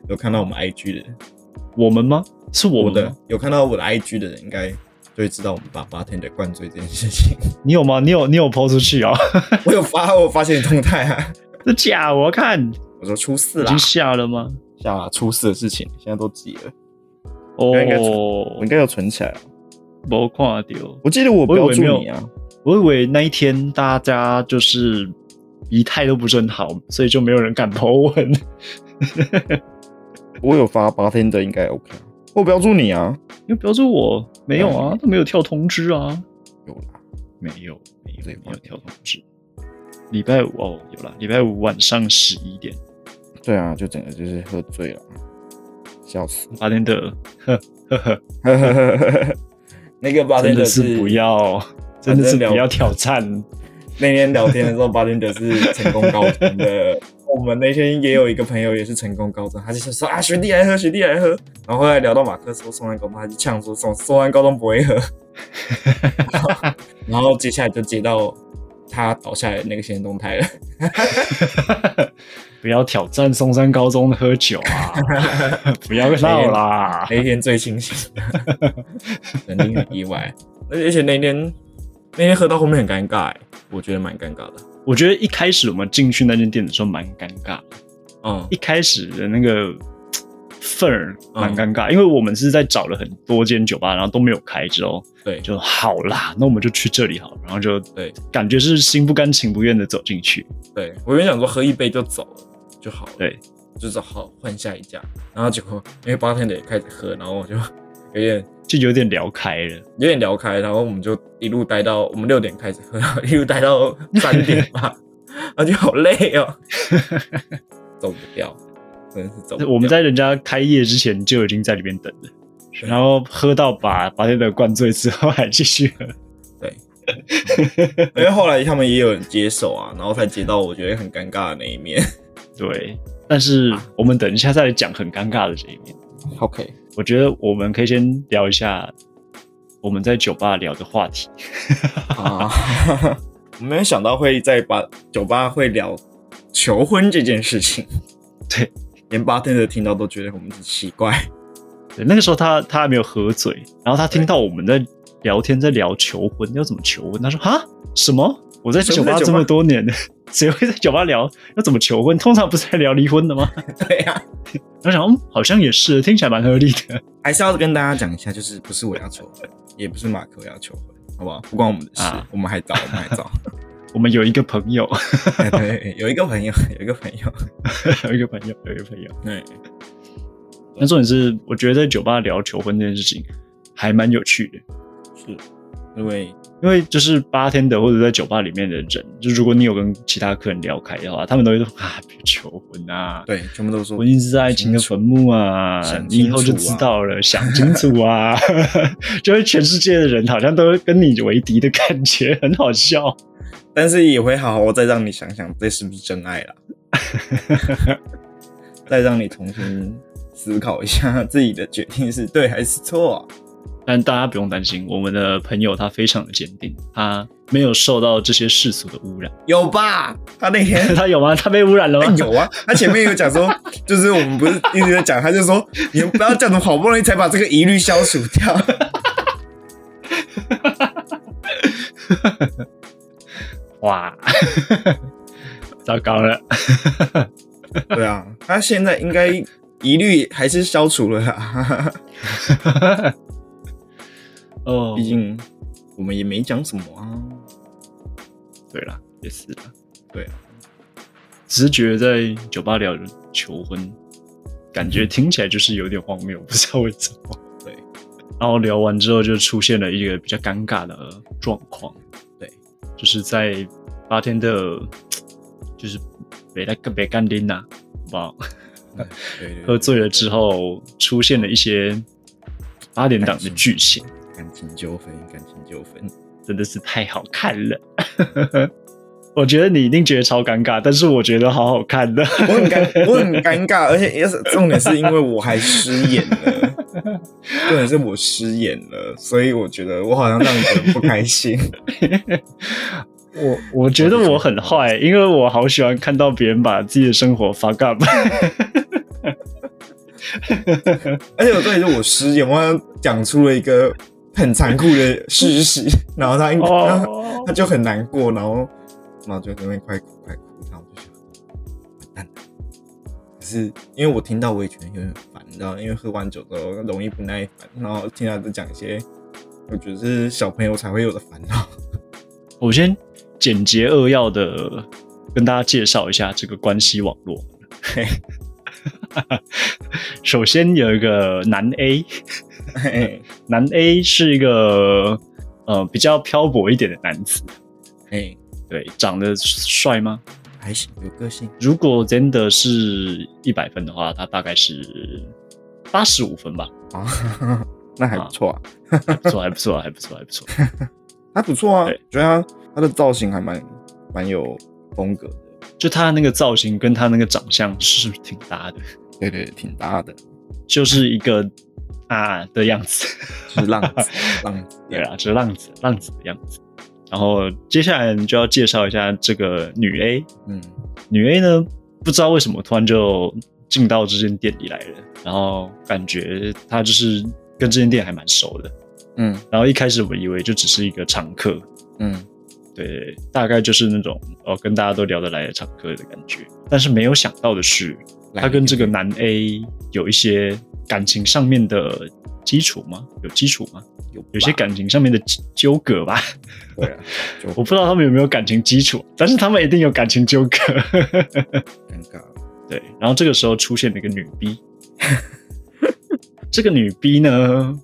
Speaker 1: 有看到我们 IG 的人，
Speaker 2: 我们吗？是我
Speaker 1: 我
Speaker 2: 们吗
Speaker 1: 的有看到我的 IG 的人，应该就会知道我们把 bartender 灌醉这件事情。 [LAUGHS]
Speaker 2: 你有吗？你有你有抛出 [LAUGHS] 去啊、
Speaker 1: 我有发，我有发现你动态啊，
Speaker 2: 这假我要看，已
Speaker 1: 我说初四啦
Speaker 2: 经，下了吗？
Speaker 1: 下初四的事情，现在都急了，
Speaker 2: 哦
Speaker 1: 应该存，我应该要存起来啊。
Speaker 2: 没看到。
Speaker 1: 我记得我
Speaker 2: 我以
Speaker 1: 标
Speaker 2: 为
Speaker 1: 注
Speaker 2: 没有
Speaker 1: 你啊，
Speaker 2: 我以为那一天大家就是仪态都不是很好，所以就没有人敢 po 文。
Speaker 1: 我有发 bartender 应该 OK 啊。我有标注你啊，
Speaker 2: 你标注我没有啊，都没有跳通知啊，
Speaker 1: 有啦，
Speaker 2: 没有没有
Speaker 1: 对
Speaker 2: 没有跳通知。礼拜五哦，有了，礼拜五晚上十一点，
Speaker 1: 对啊，就整个就是喝醉了，笑死。
Speaker 2: 八点的，呵呵呵，
Speaker 1: 那个 bartender
Speaker 2: [LAUGHS] 真的是不要，真的是不要挑战。
Speaker 1: 那天聊天的时候，bartender 是成功高中的。我们那天也有一个朋友也是成功高中，他就是说啊学弟来喝，学弟来喝。然后后来聊到马克说松山高中，他就呛说松松山高中不会喝。然后接下来就接到他倒下来的那个先动态了。
Speaker 2: 不要挑战松山高中的喝酒 [LAUGHS] 啊！不要闹啦！
Speaker 1: 那一天最清醒的，肯定很意外。而且而且那天那天喝到后面很尴尬、欸，我觉得蛮尴尬的。
Speaker 2: 我觉得一开始我们进去那间店的时候蛮尴尬，
Speaker 1: 嗯
Speaker 2: 一开始的那个氛儿蛮尴尬，因为我们是在找了很多间酒吧，然后都没有开，之后
Speaker 1: 对，
Speaker 2: 就好啦，那我们就去这里好了，然后就
Speaker 1: 对
Speaker 2: 感觉是心不甘情不愿的走进去，
Speaker 1: 对我原想说喝一杯就走了就好了，
Speaker 2: 对，
Speaker 1: 就是好换下一家。然后结果因为八天的也开始喝，然后我就有点
Speaker 2: 就有点聊开了。
Speaker 1: 有点聊开，然后我们就一路待到我们六点开始喝，然后一路待到三点吧， [LAUGHS] 然后就好累哦，走不掉，真的是走不掉。
Speaker 2: 我们在人家开业之前就已经在里面等了，
Speaker 1: 对
Speaker 2: 然后喝到把把那个灌醉之后还继续喝。
Speaker 1: 因为后来他们也有人接手啊，然后才接到我觉得很尴尬的那一面。
Speaker 2: 对，但是我们等一下再来讲很尴尬的这一面。
Speaker 1: OK，
Speaker 2: 我觉得我们可以先聊一下我们在酒吧聊的话题。
Speaker 1: 啊， [LAUGHS] 我没有想到会在把酒吧会聊求婚这件事情。
Speaker 2: 对，
Speaker 1: 连八天的听到都觉得我们很奇怪。 [LAUGHS]
Speaker 2: 对，那个时候他他还没有喝醉，然后他听到我们在聊天，在聊求婚，要怎么求婚？他说：“哈，什么？我在
Speaker 1: 谁
Speaker 2: 酒
Speaker 1: 会在
Speaker 2: 吧
Speaker 1: 酒
Speaker 2: 这
Speaker 1: 吧
Speaker 2: 么多年， [LAUGHS] 谁会在酒吧聊要怎么求婚？通常不是在聊离婚的吗 [LAUGHS]
Speaker 1: 对啊呀、？”
Speaker 2: 我想，嗯，好像也是，听起来蛮合理的。
Speaker 1: 还是要跟大家讲一下，就是不是我要求婚，也不是马克要求婚，好不好？不关我们的事，
Speaker 2: 啊
Speaker 1: 我们还早，我们还早。
Speaker 2: 我们有一个朋友， [LAUGHS]
Speaker 1: 哎对，有一个朋友，有一个朋友，
Speaker 2: 有一个朋友，有一个朋友。
Speaker 1: 对，
Speaker 2: 那重点是，我觉得在酒吧聊求婚这件事情还蛮有趣的，
Speaker 1: 是因为
Speaker 2: 因为就是八天的或者在酒吧里面的人，就如果你有跟其他客人聊开的话，他们都会说啊，别求婚啊，
Speaker 1: 对，全部都说
Speaker 2: 婚姻是爱情的坟墓啊
Speaker 1: 想，清楚
Speaker 2: 你以后就知道了，想清楚 [LAUGHS] 啊，就会全世界的人好像都跟你为敌的感觉，很好笑。
Speaker 1: 但是也会好好再让你想想，这是不是真爱啦？再让你重新思考一下自己的决定是对还是错、啊。
Speaker 2: 但大家不用担心，我们的朋友他非常的坚定，他没有受到这些世俗的污染。
Speaker 1: 有吧？他那天
Speaker 2: [LAUGHS] 他有吗？他被污染了
Speaker 1: 他
Speaker 2: 吗？
Speaker 1: 有啊，他前面有讲说，就是我们不是一直在讲，他就说你们不要这样子，好不容易才把这个疑虑消除掉。
Speaker 2: 哇，糟糕了！
Speaker 1: [LAUGHS] 对啊，他现在应该疑虑还是消除了啊
Speaker 2: [LAUGHS]
Speaker 1: 啦，
Speaker 2: 哦
Speaker 1: 毕，竟我们也没讲什么啊。
Speaker 2: 对了，也是啦，
Speaker 1: 对啊，
Speaker 2: 只是觉得在酒吧聊求婚，感觉听起来就是有点荒谬，不 [LAUGHS] 知道为什么。
Speaker 1: 嗯对，
Speaker 2: 然后聊完之后就出现了一个比较尴尬的状况，
Speaker 1: 对，
Speaker 2: 就是在八天的，就是北在跟北干丁呐，好不好？
Speaker 1: 对对对
Speaker 2: 呃喝醉了之后出现了一些八点档的剧情，
Speaker 1: 感情纠纷，感情纠纷，
Speaker 2: 真的是太好看了。 [LAUGHS] 我觉得你一定觉得超尴尬，但是我觉得好好看的。
Speaker 1: 我很尴，我很尴尬，而且也是重点是因为我还失言
Speaker 2: [LAUGHS]
Speaker 1: 了，重点是我失言了，所以我觉得我好像让你很不开心。
Speaker 2: [LAUGHS]
Speaker 1: [LAUGHS]
Speaker 2: 我 [LAUGHS] 我觉得我很坏，因为我好喜欢看到别人把自己的生活发 u up。
Speaker 1: 而且我重点是我失言，我好像讲出了一个很残酷的事实，然后他应该、他
Speaker 2: [LAUGHS] 哦
Speaker 1: 他，就很难过，然后然后就在那边快哭快哭，然后我就想完蛋了。可是因为我听到我也觉得有点烦，你知道，因为喝完酒之后容易不耐烦，然后听他在讲一些我觉得是小朋友才会有的烦
Speaker 2: [LAUGHS]
Speaker 1: 恼。
Speaker 2: [LAUGHS] 我先简洁扼要的跟大家介绍一下这个关系网络 [LAUGHS]
Speaker 1: 嘿。
Speaker 2: 首先有一个男 A，
Speaker 1: 嘿
Speaker 2: 男 A 是一个呃比较漂泊一点的男子，
Speaker 1: 嘿，
Speaker 2: 对，长得帅吗？
Speaker 1: 还行，有个性。
Speaker 2: 如果真的是一百分的话，他大概是八十五分吧，
Speaker 1: 啊，那还不错啊，
Speaker 2: 还不错，还不错，还不错，还不错。
Speaker 1: 还不错啊
Speaker 2: 对，
Speaker 1: 觉得他他的造型还蛮蛮有风格的，
Speaker 2: 就他那个造型跟他那个长相是挺搭的，
Speaker 1: 对对，对挺搭的，
Speaker 2: 就是一个啊的样子。
Speaker 1: 就是浪
Speaker 2: [LAUGHS]
Speaker 1: 子浪子，
Speaker 2: 对，啊，就是浪子浪子的样子。然后接下来就要介绍一下这个女 A，
Speaker 1: 嗯，
Speaker 2: 女 A 呢不知道为什么突然就进到这间店里来了，然后感觉她就是跟这间店还蛮熟的。
Speaker 1: 嗯
Speaker 2: 然后一开始我以为就只是一个常客，
Speaker 1: 嗯，
Speaker 2: 对，大概就是那种哦跟大家都聊得来的常客的感觉。但是没有想到的是，他跟这个男 A 有一些感情上面的基础吗？有基础吗？
Speaker 1: 有
Speaker 2: 有些
Speaker 1: 吧，
Speaker 2: 感情上面的纠纠葛吧？ [LAUGHS]
Speaker 1: 对啊，就
Speaker 2: 我不知道他们有没有感情基础，但是他们一定有感情纠葛。
Speaker 1: 尴尬了，
Speaker 2: 对，然后这个时候出现了一个女 B，这个女 B 呢，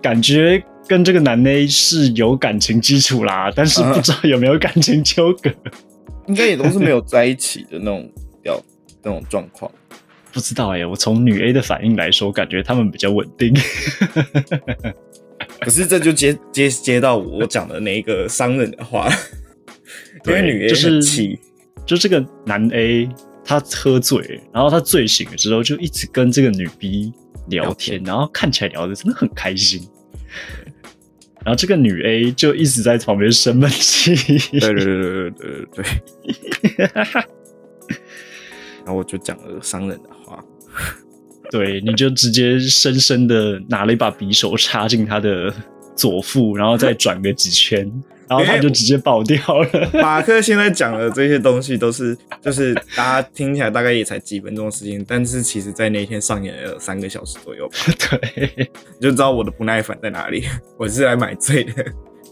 Speaker 2: 感觉跟这个男 A 是有感情基础啦，但是不知道有没有感情纠葛，
Speaker 1: 应该也都是没有在一起的那种调那种状况，
Speaker 2: 不知道哎、我从女 A 的反应来说，感觉他们比较稳定。 [LAUGHS]
Speaker 1: 可是这就接接接到我讲的那一个伤人的话，因为
Speaker 2: 对
Speaker 1: 女 A
Speaker 2: 就是
Speaker 1: 很气，
Speaker 2: 就这个男 A 他喝醉，然后他醉醒了之后就一直跟这个女 B 聊
Speaker 1: 聊
Speaker 2: 天，
Speaker 1: 天
Speaker 2: 然后看起来聊得真的很开心。然后这个女 A 就一直在旁边生闷气，
Speaker 1: 对对对对对对对，然后我就讲了伤人的话，
Speaker 2: [LAUGHS] 对，你就直接深深的拿了一把匕首插进他的左腹，然后再转个几圈，
Speaker 1: [LAUGHS]
Speaker 2: 然后他就直接爆掉了。
Speaker 1: 马克现在讲的这些东西都是，就是大家听起来大概也才几分钟的事情，但是其实在那天上演了三个小时左右吧，
Speaker 2: 对，
Speaker 1: 你就知道我的不耐烦在哪里。我是来买醉的，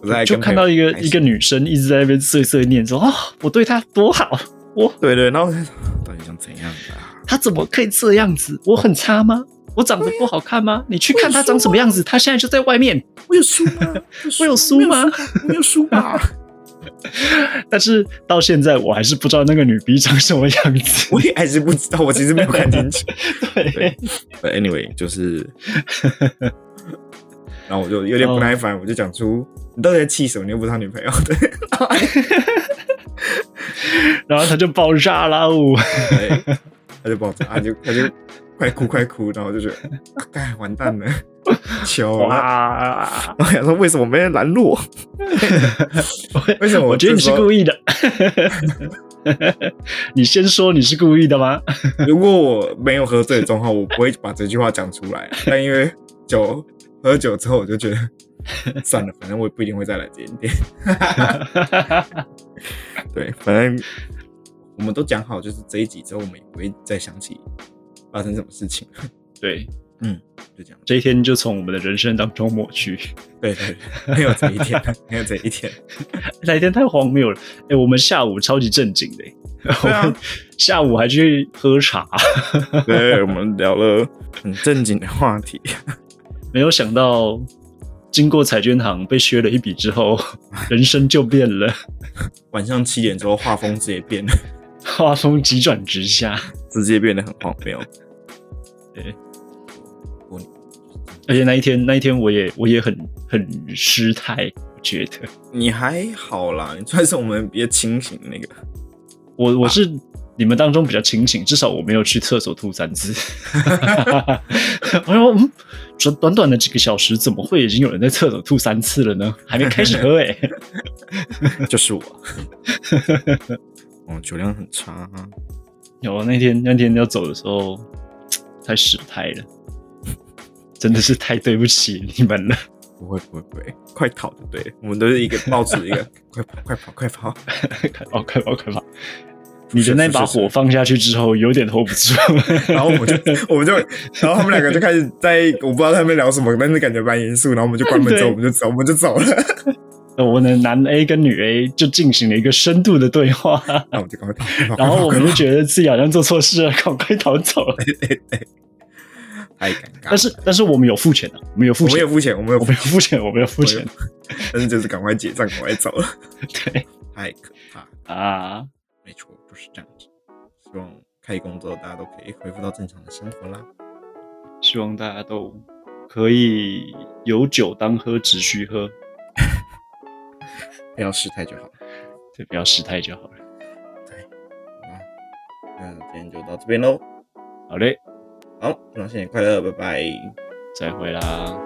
Speaker 1: 我是来
Speaker 2: 就
Speaker 1: 跟
Speaker 2: 看到一个
Speaker 1: 朋友开
Speaker 2: 一
Speaker 1: 心
Speaker 2: 个女生一直在那边碎碎念说：“哦，我对她多好，我
Speaker 1: 对对，然后我就想 [LAUGHS] 到底想怎样啊？
Speaker 2: 他怎么可以这样子？我很差吗？我长得不好看吗？你去看他长什么样子，他现在就在外面。
Speaker 1: [LAUGHS] [LAUGHS] 我有输吗？
Speaker 2: 我有输吗？
Speaker 1: 我有输吧？
Speaker 2: 但是到现在我还是不知道那个女 B 长什么样子。
Speaker 1: [LAUGHS]
Speaker 2: [LAUGHS]
Speaker 1: 我也还是不知道，我其实没有看进去。
Speaker 2: 对
Speaker 1: [LAUGHS] 对，But anyway，就是， [LAUGHS] 然后我就有点不耐烦，我就讲出你到底在气什么？你又不是他女朋友的。
Speaker 2: 然后他就爆炸啦！哦，
Speaker 1: 对，哎他就爆炸，他就他就快哭快哭，然后我就觉得，啊干、完蛋了， [LAUGHS] 糗了。
Speaker 2: 哇！
Speaker 1: 然后想说为什么没人拦 [LAUGHS] 路？为什么我
Speaker 2: 我觉得你
Speaker 1: 这时
Speaker 2: 是
Speaker 1: 候
Speaker 2: 故意的。 [LAUGHS] 你先说你是故意的吗？
Speaker 1: [LAUGHS] 如果我没有喝醉的状况，我不会把这句话讲出 [LAUGHS] 来。啊但因为酒喝酒之后，我就觉得算了，反正我也 [LAUGHS] 不一定会再来这间店。对，反正我们都讲好，就是这一集之后我们也不会再想起发生什么事情了，嗯
Speaker 2: 对，
Speaker 1: 就这样。
Speaker 2: 这一天就从我们的人生当中抹去。
Speaker 1: 对对对，没有这一 [LAUGHS] 天，没有这一天。
Speaker 2: 那一天太荒谬了。哎、我们下午超级正经的、
Speaker 1: 对啊
Speaker 2: 我们下午还去喝茶，
Speaker 1: 对，我们聊了很正经的话题，
Speaker 2: 没有想到经过彩券行被削了一笔之后，人生就变了，
Speaker 1: 晚上七点之后画风直接变了，
Speaker 2: 画风急转直下。
Speaker 1: 直接变得很荒谬。
Speaker 2: 而且那一天，那一天我也我也很很失态，我觉得
Speaker 1: 你还好啦，你算是我们比较清醒的那个。
Speaker 2: 我我是。你们当中比较清醒，至少我没有去厕所吐三次。我说，嗯，这短短的几个小时，怎么会已经有人在厕所吐三次了呢？还没开始喝哎、
Speaker 1: 就是我。哦，酒量很差、啊，
Speaker 2: 有啊，那天那天要走的时候太失态了，真的是太对不起你们了。
Speaker 1: 不会不会不会，快逃就对了，我们都是一个抱着一个快跑快跑快跑，
Speaker 2: 快跑快跑快跑！你的那把火放下去之后，有点 hold 不住。 [LAUGHS]
Speaker 1: 然后我们就我们就，然后他们两个就开始在，我不知道他们聊什么，但是感觉蛮严肃，然后我们就关门之后
Speaker 2: 对
Speaker 1: 我们就走，我们就走了，
Speaker 2: 我的男 A 跟女 A 就进行了一个深度的对话，
Speaker 1: [LAUGHS] 那我们就赶快跑，快跑
Speaker 2: 然后我
Speaker 1: 快
Speaker 2: 们
Speaker 1: 跑
Speaker 2: 就觉得自己好像做错事了， [LAUGHS] 赶快逃走
Speaker 1: 哎
Speaker 2: 了。
Speaker 1: 太尴尬了，
Speaker 2: 但是但是我们有付钱的、我们有
Speaker 1: 我
Speaker 2: 付
Speaker 1: 们
Speaker 2: 钱
Speaker 1: 有，付钱，我们有
Speaker 2: 我
Speaker 1: 付
Speaker 2: 们有付钱，我们有付
Speaker 1: 我
Speaker 2: 钱
Speaker 1: 们。有但是就是赶快结账，赶快走了，
Speaker 2: 对
Speaker 1: 太可怕了，
Speaker 2: 啊，
Speaker 1: 没错，就是这样子，希望开工之后大家都可以恢复到正常的生活啦。
Speaker 2: 希望大家都可以有酒当喝，只需喝，
Speaker 1: 不要失态就好。
Speaker 2: 对，不要失态就好了。
Speaker 1: 啊，那今天就到这边喽。
Speaker 2: 好嘞，
Speaker 1: 好，那新年快乐，拜拜。
Speaker 2: 再会啦。